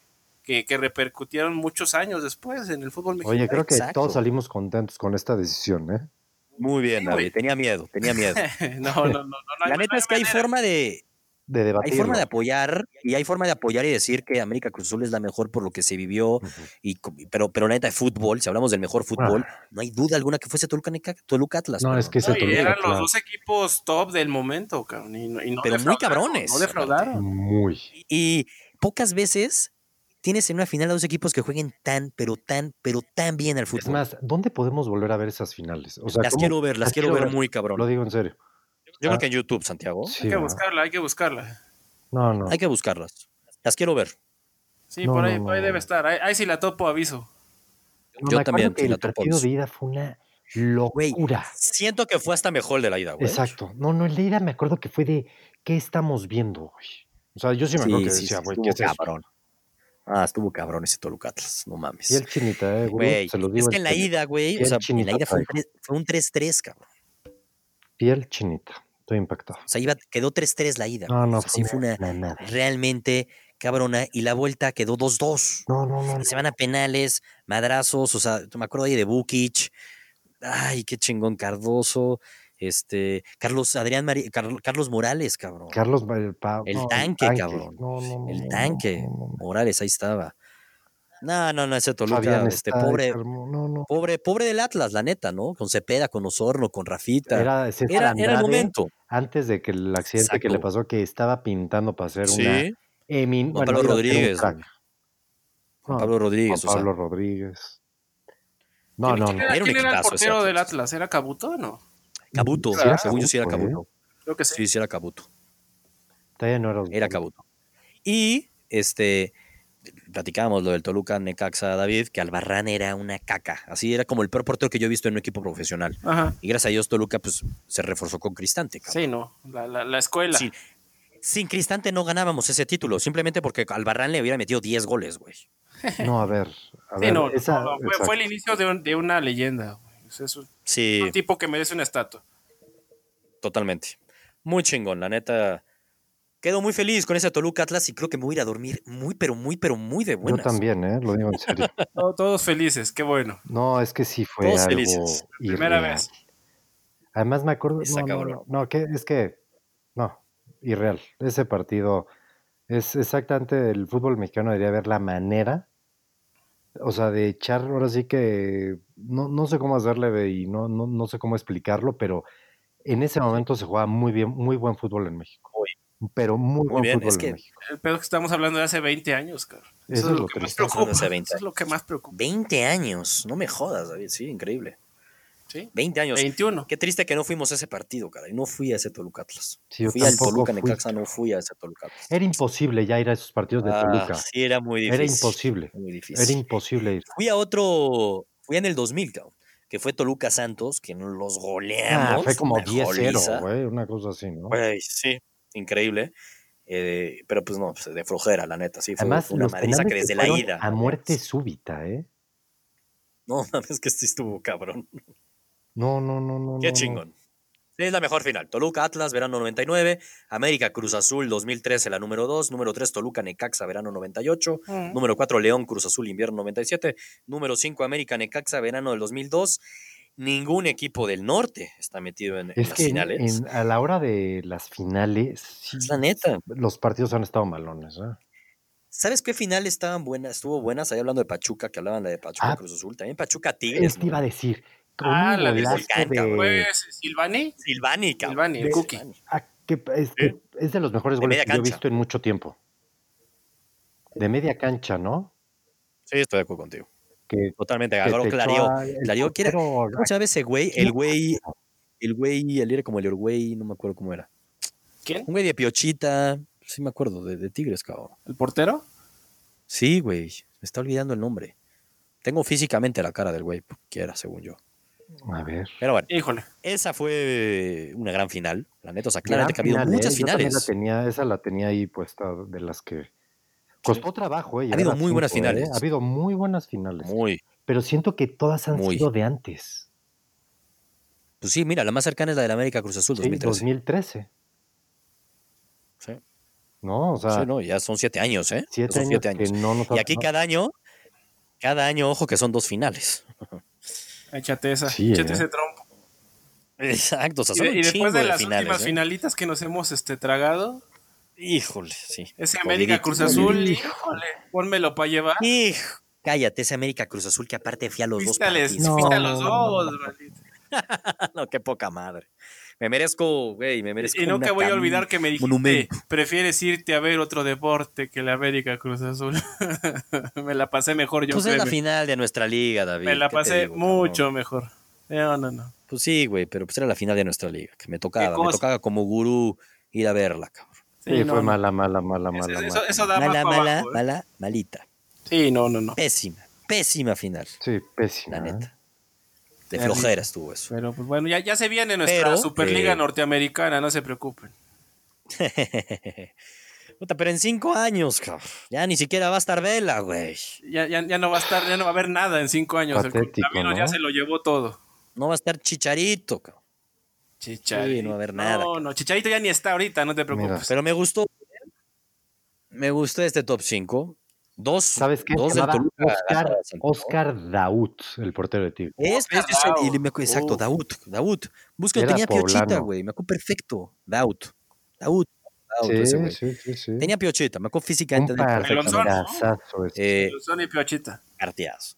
Speaker 2: que, que repercutieron muchos años después en el fútbol mexicano.
Speaker 3: Oye, creo que
Speaker 1: Exacto.
Speaker 3: todos salimos contentos con esta decisión, ¿eh?
Speaker 1: Muy bien,
Speaker 2: Sí,
Speaker 1: David.
Speaker 2: güey.
Speaker 1: Tenía miedo, tenía miedo.
Speaker 2: no, no, no, no, no hay-
Speaker 1: La
Speaker 2: no
Speaker 1: neta
Speaker 2: hay
Speaker 1: es que hay
Speaker 2: manera.
Speaker 1: forma de,
Speaker 3: De
Speaker 1: hay
Speaker 3: debatir.
Speaker 1: forma de apoyar y hay forma de apoyar y decir que América Cruz Azul es la mejor por lo que se vivió, y, co- pero, pero la neta de fútbol, si hablamos del mejor fútbol, no hay duda alguna que fuese Toluca, Neca- Toluca Atlas.
Speaker 3: No,
Speaker 1: perdón.
Speaker 3: es que
Speaker 2: No,
Speaker 3: se
Speaker 2: y
Speaker 3: Toluca,
Speaker 2: eran los
Speaker 3: claro,
Speaker 2: dos equipos top del momento, cabrón. y no- y no
Speaker 1: Pero muy
Speaker 2: defraudaron,
Speaker 1: cabrones.
Speaker 2: No defraudaron.
Speaker 3: Muy.
Speaker 1: Y pocas veces tienes en una final a dos equipos que jueguen tan, pero tan, pero tan bien al
Speaker 3: Es
Speaker 1: fútbol.
Speaker 3: más, ¿dónde podemos volver a ver esas finales? O sea,
Speaker 1: las
Speaker 3: ¿cómo-
Speaker 1: quiero ver, las quiero ver muy
Speaker 3: Lo
Speaker 1: cabrón.
Speaker 3: digo en serio.
Speaker 1: Yo creo que en YouTube, Santiago.
Speaker 2: Hay
Speaker 3: Sí,
Speaker 2: que
Speaker 3: ¿verdad?
Speaker 2: buscarla, hay que buscarla.
Speaker 3: No, no.
Speaker 1: Hay que buscarlas. Las quiero ver.
Speaker 2: Sí,
Speaker 3: No,
Speaker 2: por ahí,
Speaker 3: no,
Speaker 2: por ahí
Speaker 3: no,
Speaker 2: debe
Speaker 3: no.
Speaker 2: estar. Ahí, ahí sí la topo, aviso.
Speaker 3: No,
Speaker 1: yo
Speaker 3: me acuerdo
Speaker 1: también,
Speaker 3: que
Speaker 1: sí, la
Speaker 3: el
Speaker 1: topo
Speaker 3: partido
Speaker 1: aviso.
Speaker 3: de ida fue una locura.
Speaker 1: Siento que fue hasta mejor de la ida, güey.
Speaker 3: Exacto. No, no, el de ida me acuerdo que fue de ¿qué estamos viendo hoy? O sea, yo sí me acuerdo que decía, güey, ¿qué
Speaker 1: estuvo
Speaker 3: es esto?
Speaker 1: cabrón. Ah, estuvo cabrón ese Toluca Atlas, no mames.
Speaker 3: Y el chinita, eh, güey,
Speaker 1: Güey,
Speaker 3: se lo digo.
Speaker 1: es que en la
Speaker 3: serio.
Speaker 1: ida, güey, o
Speaker 3: Bien
Speaker 1: sea, en la
Speaker 3: chinita
Speaker 1: ida fue un,
Speaker 3: trae.
Speaker 1: tres- fue un 3-3, cabrón.
Speaker 3: Piel chinita. Estoy impactado.
Speaker 1: O sea, iba, quedó 3-3 la ida.
Speaker 3: No,
Speaker 1: güey.
Speaker 3: no,
Speaker 1: O sea, sí fue una
Speaker 3: nada.
Speaker 1: realmente cabrona y la vuelta quedó 2-2.
Speaker 3: No, no, no. no.
Speaker 1: Y se van a penales, madrazos, o sea, me acuerdo ahí de Bukic. Ay, qué chingón Cardoso, este, Carlos Adrián Mari- Car- Carlos Morales, cabrón.
Speaker 3: Carlos Ma- el, pa-
Speaker 1: El
Speaker 3: no,
Speaker 1: tanque, cabrón.
Speaker 3: No, no, no,
Speaker 1: El
Speaker 3: no,
Speaker 1: tanque.
Speaker 3: no, no, no.
Speaker 1: Morales ahí estaba. No, no, no, ese Toluca,
Speaker 3: Fabián
Speaker 1: este
Speaker 3: está
Speaker 1: pobre,
Speaker 3: enfermo, No, no.
Speaker 1: pobre, pobre del Atlas, la neta, ¿no? Con Cepeda, con Osorno, con Rafita. Era,
Speaker 3: Era, ¿eh? César
Speaker 1: era, el
Speaker 3: Andrade,
Speaker 1: momento.
Speaker 3: Antes de que el accidente que le
Speaker 1: Exacto.
Speaker 3: pasó, que estaba pintando para hacer una. Emin,
Speaker 1: Juan Pablo
Speaker 3: iba a ser un
Speaker 1: Rodríguez,
Speaker 3: crack.
Speaker 1: güey.
Speaker 3: No, Ah.
Speaker 1: Juan Pablo Rodríguez,
Speaker 3: Juan
Speaker 1: o sea,
Speaker 3: Pablo Rodríguez. No,
Speaker 2: ¿Quién-
Speaker 3: no,
Speaker 2: ¿Quién
Speaker 3: no.
Speaker 2: era,
Speaker 1: Era un
Speaker 2: quién era el
Speaker 1: equipazo ese
Speaker 2: portero del
Speaker 1: Atlas.
Speaker 2: Atlas? ¿Era Cabuto o no?
Speaker 1: Cabuto,
Speaker 2: Sí, era
Speaker 1: según yo sí era
Speaker 3: Cabuto, ¿eh?
Speaker 1: Cabuto.
Speaker 2: Creo que sí.
Speaker 1: Sí, sí era Cabuto.
Speaker 3: Todavía no era.
Speaker 1: Era Cabuto. Y este platicábamos lo del Toluca Necaxa David, que Albarrán era una caca. Así era como el peor portero que yo he visto en un equipo profesional.
Speaker 2: Ajá.
Speaker 1: Y gracias a Dios Toluca pues se reforzó con Cristante. cabrón.
Speaker 2: Sí, no. La, la, la escuela.
Speaker 1: Sin, sin Cristante no ganábamos ese título, simplemente porque Albarrán le hubiera metido 10 goles, güey.
Speaker 3: No, a ver. A
Speaker 2: Sí,
Speaker 3: ver
Speaker 2: no,
Speaker 3: esa-
Speaker 2: no, no, fue,
Speaker 3: exacto.
Speaker 2: fue el inicio de, un- de una leyenda. güey. O sea, Es un,
Speaker 1: Sí,
Speaker 2: un tipo que merece una estatua.
Speaker 1: totalmente. Muy chingón, la neta. Quedo muy feliz con ese Toluca Atlas y creo que me voy a ir a dormir muy, pero muy, pero muy de
Speaker 3: Yo
Speaker 1: buenas.
Speaker 3: también, ¿eh? Lo digo en serio.
Speaker 2: To- Todos felices, qué bueno.
Speaker 3: No, es que sí fue
Speaker 1: Todos
Speaker 3: algo
Speaker 1: felices.
Speaker 2: Primera
Speaker 3: irreal.
Speaker 2: vez.
Speaker 3: Además me acuerdo,
Speaker 1: Está
Speaker 3: no, no,
Speaker 1: cabrón.
Speaker 3: no, no, que es que no, irreal. Ese partido es exactamente el fútbol mexicano debería ver la manera, o sea, de echar ahora sí que no, no sé cómo hacerle de- y no, no, no sé cómo explicarlo, pero en ese momento se jugaba muy bien, muy buen fútbol en México. Pero muy, buen
Speaker 1: bien,
Speaker 3: fútbol
Speaker 1: es
Speaker 3: en
Speaker 1: que-
Speaker 3: México.
Speaker 2: El pedo es que estamos hablando de hace 20 años, cabrón.
Speaker 3: Eso es lo
Speaker 2: que más
Speaker 3: triste.
Speaker 2: preocupa.
Speaker 1: Hace 20
Speaker 2: Eso es lo que más preocupa.
Speaker 1: 20 años, no me jodas, David, sí, increíble.
Speaker 2: ¿sí?
Speaker 1: 20 años.
Speaker 2: 21.
Speaker 1: Qué triste que no fuimos a ese partido, caray. No fui a ese Toluca Atlas.
Speaker 3: Sí, yo
Speaker 1: fui al
Speaker 3: tampoco
Speaker 1: Toluca
Speaker 3: fui,
Speaker 1: Necaxa, no fui a ese Toluca Atlas.
Speaker 3: Era imposible ya ir a esos partidos de
Speaker 1: Ah,
Speaker 3: Toluca.
Speaker 1: sí, era muy difícil.
Speaker 3: Era imposible.
Speaker 1: Muy difícil.
Speaker 3: Era imposible ir.
Speaker 1: Fui a otro, fui en el 2000, cabrón, que fue Toluca Santos, que nos los
Speaker 3: Ah,
Speaker 1: goleamos.
Speaker 3: fue como
Speaker 1: una
Speaker 3: 10-0,
Speaker 1: goliza.
Speaker 3: güey, una cosa así, ¿no?
Speaker 1: Güey, sí, increíble. Eh, pero pues no, pues, de flojera, la neta, sí. Fue,
Speaker 3: Además,
Speaker 1: fue una
Speaker 3: los
Speaker 1: madriza
Speaker 3: penales
Speaker 1: que desde
Speaker 3: se
Speaker 1: la
Speaker 3: fueron
Speaker 1: ida.
Speaker 3: a muerte súbita, ¿eh?
Speaker 1: No, mames, que sí estuvo cabrón.
Speaker 3: No, no, no, no.
Speaker 1: Qué
Speaker 3: no, no.
Speaker 1: chingón. Es la mejor final. Toluca Atlas, verano 99. América Cruz Azul, 2013, la número 2. Número 3, Toluca Necaxa, verano 98.
Speaker 2: Ujú.
Speaker 1: Número 4, León Cruz Azul, invierno 97. Número 5, América Necaxa, verano del 2002. Ningún equipo del norte está metido en, en
Speaker 3: Es
Speaker 1: las
Speaker 3: que en-
Speaker 1: finales.
Speaker 3: en- a la hora de las finales, sí,
Speaker 1: Es la neta.
Speaker 3: los partidos han estado malones, ¿eh?
Speaker 1: ¿Sabes qué final estaban buenas? Estuvo buenas. Ahí hablando de Pachuca, que hablaban de Pachuca
Speaker 3: Ah.
Speaker 1: Cruz Azul. También Pachuca Tigres.
Speaker 3: Él te iba a decir, con
Speaker 2: Ah,
Speaker 3: un
Speaker 2: la de
Speaker 3: golazo
Speaker 1: Volcán,
Speaker 3: de...
Speaker 1: cabrón.
Speaker 2: Pues Silvani,
Speaker 1: Silvani, cabrón.
Speaker 2: Silvani, el
Speaker 1: De-
Speaker 2: Cookie.
Speaker 1: Silvani.
Speaker 3: ¿A que este, ¿Eh? es de los mejores
Speaker 1: De
Speaker 3: goles
Speaker 1: media
Speaker 3: que yo he
Speaker 1: cancha.
Speaker 3: visto en mucho tiempo. De media cancha, ¿no?
Speaker 1: Sí, estoy de acuerdo contigo.
Speaker 3: Que,
Speaker 1: Totalmente,
Speaker 3: que
Speaker 1: agarró
Speaker 3: te
Speaker 1: clareó.
Speaker 3: echó a- el
Speaker 1: clareó, que era-
Speaker 3: portero,
Speaker 1: ¿Cómo se llama ese güey? El güey, el güey, él era como el Orgüey, no me acuerdo cómo era.
Speaker 2: ¿Quién?
Speaker 1: Un güey de piochita, sí me acuerdo, de, de Tigres, cabrón.
Speaker 2: ¿El portero?
Speaker 1: Sí, güey, me está olvidando el nombre. Tengo físicamente la cara del güey, que era, según yo.
Speaker 3: A ver.
Speaker 1: Pero bueno,
Speaker 2: Híjole.
Speaker 1: esa fue una gran final, la neta. O sea, claramente que ha
Speaker 3: Gran
Speaker 1: habido
Speaker 3: final, ¿eh?
Speaker 1: muchas
Speaker 3: Yo también
Speaker 1: finales.
Speaker 3: la tenía, esa la tenía ahí puesta de las que costó trabajo. ¿eh?
Speaker 1: Ha habido
Speaker 3: llegar a
Speaker 1: muy buenas
Speaker 3: cinco, ¿eh?
Speaker 1: finales.
Speaker 3: Ha habido muy buenas finales.
Speaker 1: Muy.
Speaker 3: Pero siento que todas han
Speaker 1: Muy.
Speaker 3: sido de antes.
Speaker 1: Pues sí, mira, la más cercana es la del América Cruz Azul,
Speaker 3: Sí,
Speaker 1: 2013.
Speaker 3: 2013.
Speaker 1: Sí.
Speaker 3: No, o sea,
Speaker 1: Sí, no, ya son siete años, ¿eh?
Speaker 3: siete,
Speaker 1: son
Speaker 3: años
Speaker 1: siete años.
Speaker 3: que no nos ha-
Speaker 1: Y aquí
Speaker 3: no-
Speaker 1: cada año, cada año, ojo que son dos finales.
Speaker 2: Échate esa.
Speaker 3: Sí,
Speaker 2: échate
Speaker 3: eh.
Speaker 2: ese trompo.
Speaker 1: Exacto, o sea,
Speaker 2: Y,
Speaker 1: son
Speaker 2: de-
Speaker 1: un
Speaker 2: y después
Speaker 1: chingo
Speaker 2: de
Speaker 1: de
Speaker 2: las
Speaker 1: finales,
Speaker 2: últimas
Speaker 1: ¿eh?
Speaker 2: finalitas que nos hemos este, tragado,
Speaker 1: Híjole, sí.
Speaker 2: ese
Speaker 1: Jodidito,
Speaker 2: América Cruz Azul, híjole, pónmelo para llevar.
Speaker 1: Hijo, cállate, ese América Cruz Azul que aparte fui a los dos
Speaker 2: Pístales,
Speaker 1: partidos.
Speaker 3: No.
Speaker 2: pístale los dos, maldito.
Speaker 1: No, qué poca madre. Me merezco, güey, me merezco.
Speaker 2: Y nunca
Speaker 1: una
Speaker 2: voy a
Speaker 1: cam-
Speaker 2: olvidar que me dijiste,
Speaker 1: monumento.
Speaker 2: prefieres irte a ver otro deporte que la América Cruz Azul. me la pasé mejor yo,
Speaker 1: Pues es la
Speaker 2: créeme.
Speaker 1: final de nuestra liga, David.
Speaker 2: Me la
Speaker 1: ¿qué te
Speaker 2: pasé
Speaker 1: digo, cabrón?
Speaker 2: mucho mejor. Eh, No, no, no.
Speaker 1: Pues sí, güey, pero pues era la final de nuestra liga, que me tocaba, me
Speaker 2: cosa?
Speaker 1: tocaba como gurú ir a verla, cabrón.
Speaker 3: Sí,
Speaker 2: no,
Speaker 3: fue
Speaker 2: no.
Speaker 3: mala, mala, mala,
Speaker 2: Eso-
Speaker 3: mala.
Speaker 2: eso-
Speaker 3: mala.
Speaker 2: eso da más
Speaker 1: Mala,
Speaker 2: pa'
Speaker 1: mala,
Speaker 2: abajo, ¿eh?
Speaker 1: mala, malita.
Speaker 2: Sí, no, no, no.
Speaker 1: Pésima, pésima final,
Speaker 3: Sí, pésima.
Speaker 1: la
Speaker 3: ¿eh?
Speaker 1: neta. De
Speaker 2: Terrible.
Speaker 1: flojera estuvo eso.
Speaker 2: Pero pues bueno, ya, ya se viene nuestra
Speaker 1: Pero,
Speaker 2: Superliga
Speaker 1: eh,
Speaker 2: Norteamericana, no se preocupen.
Speaker 1: Puta, pero en cinco años, cabrón. Ya ni siquiera va a estar vela, güey.
Speaker 2: Ya, ya, ya no va a estar, ya no va a haber nada en cinco años. el
Speaker 3: Patético,
Speaker 2: coronavirus ya
Speaker 3: ¿no?
Speaker 2: se lo llevó todo.
Speaker 1: No va a estar chicharito, cabrón.
Speaker 2: Chicharito.
Speaker 1: Sí, no va a haber nada,
Speaker 2: No, no, Chicharito ya ni está ahorita, no te preocupes.
Speaker 1: Pero me gustó. ¿eh? Me gustó este top 5. Dos.
Speaker 3: ¿Sabes qué?
Speaker 1: Dos
Speaker 3: Se
Speaker 1: del
Speaker 3: llamaba
Speaker 1: Toluca.
Speaker 3: Oscar,
Speaker 1: Lázaro Santana.
Speaker 3: Oscar Daud, el portero de Tigres.
Speaker 1: Este, este es el- y me acu- exacto,
Speaker 2: Uf.
Speaker 1: Daud. Daud. Busca,
Speaker 3: Era
Speaker 1: tenía piochita,
Speaker 3: poblano.
Speaker 1: güey. Me acuerdo perfecto. Daud. Daud. Daud, ese
Speaker 3: Sí,
Speaker 1: güey.
Speaker 3: sí, sí, sí.
Speaker 1: Tenía piochita. Me acuerdo físicamente.
Speaker 3: un
Speaker 1: de él
Speaker 2: Alonso,
Speaker 1: perfectamente.
Speaker 3: partidazazo ese.
Speaker 1: Eh,
Speaker 2: Sony Piochita.
Speaker 1: partidazo.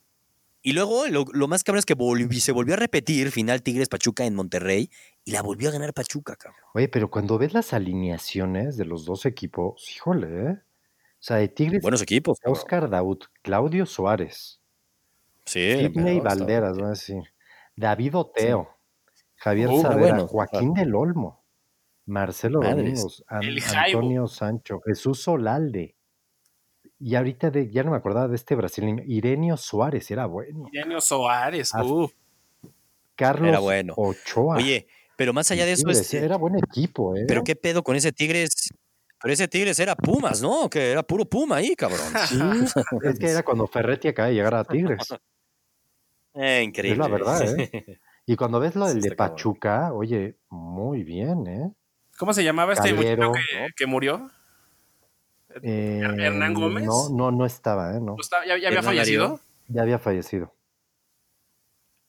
Speaker 1: Y luego, lo, lo más cabrón es que volvi- se volvió a repetir final Tigres-Pachuca en Monterrey y la volvió a ganar Pachuca, cabrón.
Speaker 3: Oye, pero cuando ves las alineaciones de los dos equipos, híjole, ¿eh? O sea, de Tigres,
Speaker 1: Buenos equipos, cabrón.
Speaker 3: Oscar Daud, Claudio Suárez,
Speaker 1: Sí, pero
Speaker 3: Sidney
Speaker 1: está-
Speaker 3: Valderas, ¿no? Así, David Oteo, Javier
Speaker 2: Uh,
Speaker 3: Saavedra,
Speaker 1: bueno. ah.
Speaker 3: Joaquín del Olmo, Marcelo
Speaker 1: Madres.
Speaker 3: Domingos, An-
Speaker 2: El Jaibo.
Speaker 3: Antonio Sancho, Jesús Solalde. Y ahorita de, ya no me acordaba de este brasileño, Irenio Suárez, era bueno.
Speaker 2: Irenio Soares.
Speaker 3: Ah,
Speaker 2: uf.
Speaker 3: Carlos
Speaker 1: Era bueno.
Speaker 3: Ochoa.
Speaker 1: Oye, pero más allá de eso,
Speaker 3: Tigres,
Speaker 1: este,
Speaker 3: era buen equipo, ¿eh?
Speaker 1: Pero qué pedo con ese Tigres. Pero ese Tigres era Pumas, ¿no? Que era puro Puma ahí, cabrón.
Speaker 3: Sí, es que era cuando Ferretti acaba de llegar a Tigres.
Speaker 1: Eh, increíble.
Speaker 3: Es la verdad, ¿eh? Y cuando ves lo
Speaker 1: Sí,
Speaker 3: del de
Speaker 1: está cabrón.
Speaker 3: Pachuca, oye, muy bien, ¿eh?
Speaker 2: ¿Cómo se llamaba este
Speaker 3: Calero,
Speaker 2: muchacho que, que murió?
Speaker 3: Eh,
Speaker 2: ¿Hernán Gómez?
Speaker 3: No, no, no estaba, ¿eh? No,
Speaker 2: ¿O Pues está- ¿Ya, ya había
Speaker 1: Hernán
Speaker 2: fallecido?
Speaker 1: Darío.
Speaker 3: ya había fallecido.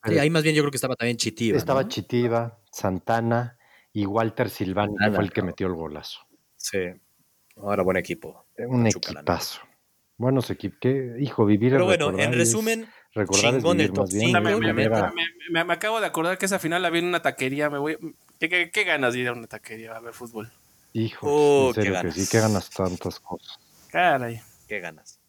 Speaker 1: Sí, ahí más bien yo creo que estaba también Chitiva.
Speaker 3: estaba
Speaker 1: ¿no?
Speaker 3: Chitiva, Santana y Walter Silvani, que
Speaker 1: Nada,
Speaker 3: fue el que
Speaker 1: cabrón.
Speaker 3: metió el golazo.
Speaker 1: Sí. Ahora buen equipo.
Speaker 3: Eh, Un
Speaker 1: Pachuca, la neta.
Speaker 3: equipazo. Buenos equipos. Qué hijo, vivir
Speaker 1: Pero
Speaker 3: es
Speaker 1: bueno,
Speaker 3: recordar
Speaker 1: en
Speaker 3: y es-
Speaker 1: resumen,
Speaker 3: recordar es
Speaker 1: chingón el
Speaker 3: vivir, más
Speaker 1: top
Speaker 3: bien,
Speaker 1: cinco,
Speaker 2: Me,
Speaker 3: ¿eh?
Speaker 2: me-
Speaker 1: la
Speaker 2: me-
Speaker 1: neta.
Speaker 2: me- me- me acabo de acordar que esa final la vi en una taquería. Me voy, ¿qué, qué- qué ganas de ir a una taquería a ver fútbol?
Speaker 3: Hijo,
Speaker 1: Oh,
Speaker 3: en
Speaker 1: qué
Speaker 3: serio que
Speaker 1: ganas.
Speaker 3: sí, que ganas tantas cosas.
Speaker 2: Caray.
Speaker 1: qué ganas.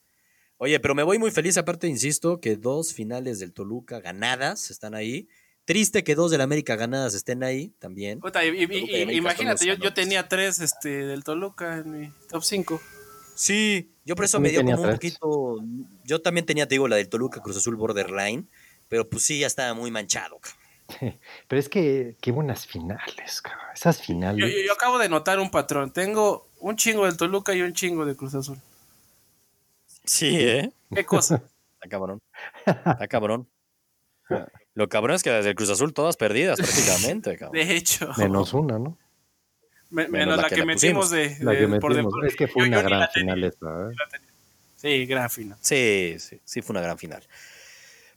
Speaker 1: Oye, pero me voy muy feliz, aparte, insisto, que dos finales del Toluca ganadas están ahí. Triste que dos del América ganadas estén ahí también.
Speaker 2: Puta, y- y-
Speaker 1: Toluca y
Speaker 2: y-
Speaker 1: América
Speaker 2: imagínate,
Speaker 1: son
Speaker 2: yo,
Speaker 1: los
Speaker 2: yo
Speaker 1: anotes.
Speaker 2: tenía tres este, del Toluca en mi top 5.
Speaker 1: Sí, yo por eso
Speaker 3: Yo
Speaker 1: me dio
Speaker 3: también
Speaker 1: como un
Speaker 3: tenía tres.
Speaker 1: poquito. Yo también tenía, te digo, la del Toluca Cruz Azul Borderline, pero pues sí, ya estaba muy manchado. cabrón.
Speaker 3: Pero es que, qué buenas finales, cabrón. Esas
Speaker 2: Yo,
Speaker 3: finales.
Speaker 2: yo- yo acabo de notar un patrón. Tengo un chingo del Toluca y un chingo de Cruz Azul.
Speaker 1: Sí, ¿eh?
Speaker 2: ¿Qué cosa?
Speaker 1: Está cabrón. Está cabrón. Lo cabrón es que desde el Cruz Azul todas perdidas prácticamente, cabrón.
Speaker 2: De hecho,
Speaker 3: Menos una, ¿no?
Speaker 2: me- menos la, que, metimos de,
Speaker 3: La que
Speaker 2: de- por
Speaker 3: metimos.
Speaker 2: deporte.
Speaker 3: Es que fue
Speaker 2: Yo- yo
Speaker 3: una
Speaker 2: ni
Speaker 3: gran
Speaker 2: la tenía.
Speaker 3: final esa, ¿eh?
Speaker 2: Sí, gran final.
Speaker 1: Sí, sí, sí, fue una gran final.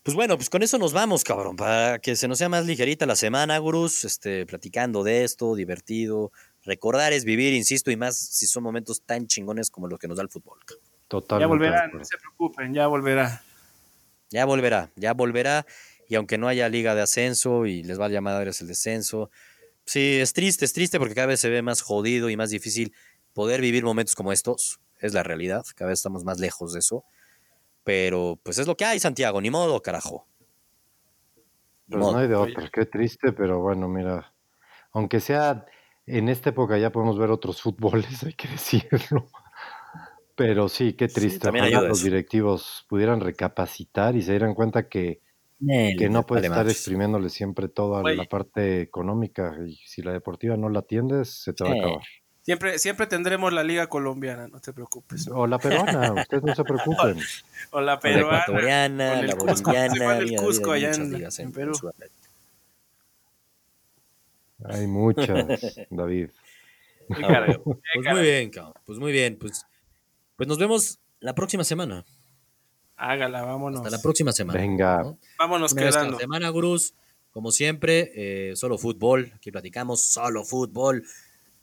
Speaker 1: Pues bueno, pues con eso nos vamos, cabrón, para que se nos sea más ligerita la semana, gurús, este, platicando de esto, divertido. Recordar es vivir, insisto, y más si son momentos tan chingones como los que nos da el fútbol. cabrón.
Speaker 3: Totalmente.
Speaker 2: Ya
Speaker 3: de
Speaker 2: volverá,
Speaker 3: acuerdo.
Speaker 2: no se preocupen, ya volverá.
Speaker 1: Ya volverá, ya volverá. Y aunque no haya liga de ascenso y les vaya madres el descenso, Sí, es triste, es triste porque cada vez se ve más jodido y más difícil poder vivir momentos como estos. Es la realidad, cada vez estamos más lejos de eso. Pero pues es lo que hay, Santiago, ni modo, carajo.
Speaker 3: Pues no hay de otra, qué triste, pero bueno, mira, aunque sea en esta época ya podemos ver otros fútboles, hay que decirlo. Pero sí, qué triste.
Speaker 1: también
Speaker 3: Ojalá
Speaker 1: ayuda
Speaker 3: los
Speaker 1: eso.
Speaker 3: directivos pudieran recapacitar y se dieran cuenta que, que no puedes estar exprimiéndole siempre toda
Speaker 2: Güey.
Speaker 3: la parte económica y si la deportiva no la atiendes, se te va a
Speaker 1: Sí.
Speaker 3: acabar.
Speaker 2: Siempre, siempre tendremos la liga colombiana, no te preocupes.
Speaker 3: O la peruana, ustedes no se preocupen.
Speaker 2: O la
Speaker 1: La
Speaker 2: peruana.
Speaker 1: ecuatoriana,
Speaker 2: con el
Speaker 1: la
Speaker 2: Cusco, se fue
Speaker 1: boliviana,
Speaker 2: del
Speaker 1: había-
Speaker 2: Cusco
Speaker 1: había
Speaker 2: allá
Speaker 1: muchas
Speaker 2: en-
Speaker 1: ligas
Speaker 2: en Perú.
Speaker 1: Sudamérica.
Speaker 3: Hay muchas, David.
Speaker 2: Qué caray, qué
Speaker 1: Pues muy
Speaker 2: caray.
Speaker 1: bien, cabrón. Pues muy bien. Pues, pues nos vemos la próxima semana.
Speaker 2: Hágala, vámonos.
Speaker 1: Hasta la próxima semana.
Speaker 3: Venga.
Speaker 1: ¿no?
Speaker 2: Vámonos
Speaker 1: Una vez cada
Speaker 2: quedando.
Speaker 1: semana, gurús. Como siempre, eh, solo fútbol. Aquí platicamos solo fútbol.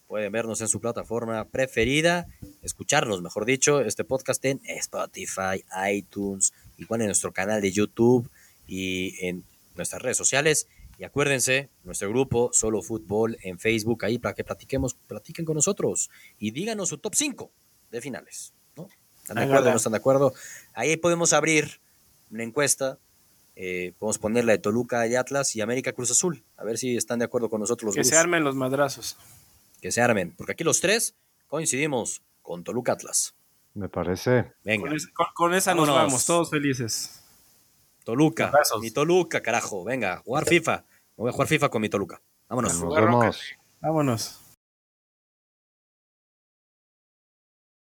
Speaker 1: Pueden vernos en su plataforma preferida, escucharnos, mejor dicho, este podcast en Spotify, iTunes, igual en nuestro canal de YouTube y en nuestras redes sociales. Y acuérdense, nuestro grupo Solo Fútbol en Facebook, ahí para que platiquemos, platiquen con nosotros y díganos su top 5 de finales. ¿no? ¿Están de
Speaker 2: Hágala.
Speaker 1: acuerdo o no están de acuerdo? Ahí podemos abrir una encuesta eh, podemos poner la de Toluca y Atlas y América Cruz Azul. A ver si están de acuerdo con nosotros los
Speaker 2: Que
Speaker 1: gurús.
Speaker 2: se armen los madrazos.
Speaker 1: Que se armen. Porque aquí los tres coincidimos con Toluca Atlas.
Speaker 3: Me parece.
Speaker 1: Venga,
Speaker 2: Con, es- con- con esa nos
Speaker 1: Vámonos.
Speaker 2: vamos, todos felices.
Speaker 1: Toluca.
Speaker 2: Abrazos.
Speaker 1: Mi Toluca, carajo. Venga, jugar FIFA. Me voy a jugar FIFA con mi Toluca. Vámonos.
Speaker 3: Nos
Speaker 2: Jugar roca.
Speaker 3: vemos.
Speaker 2: Vámonos.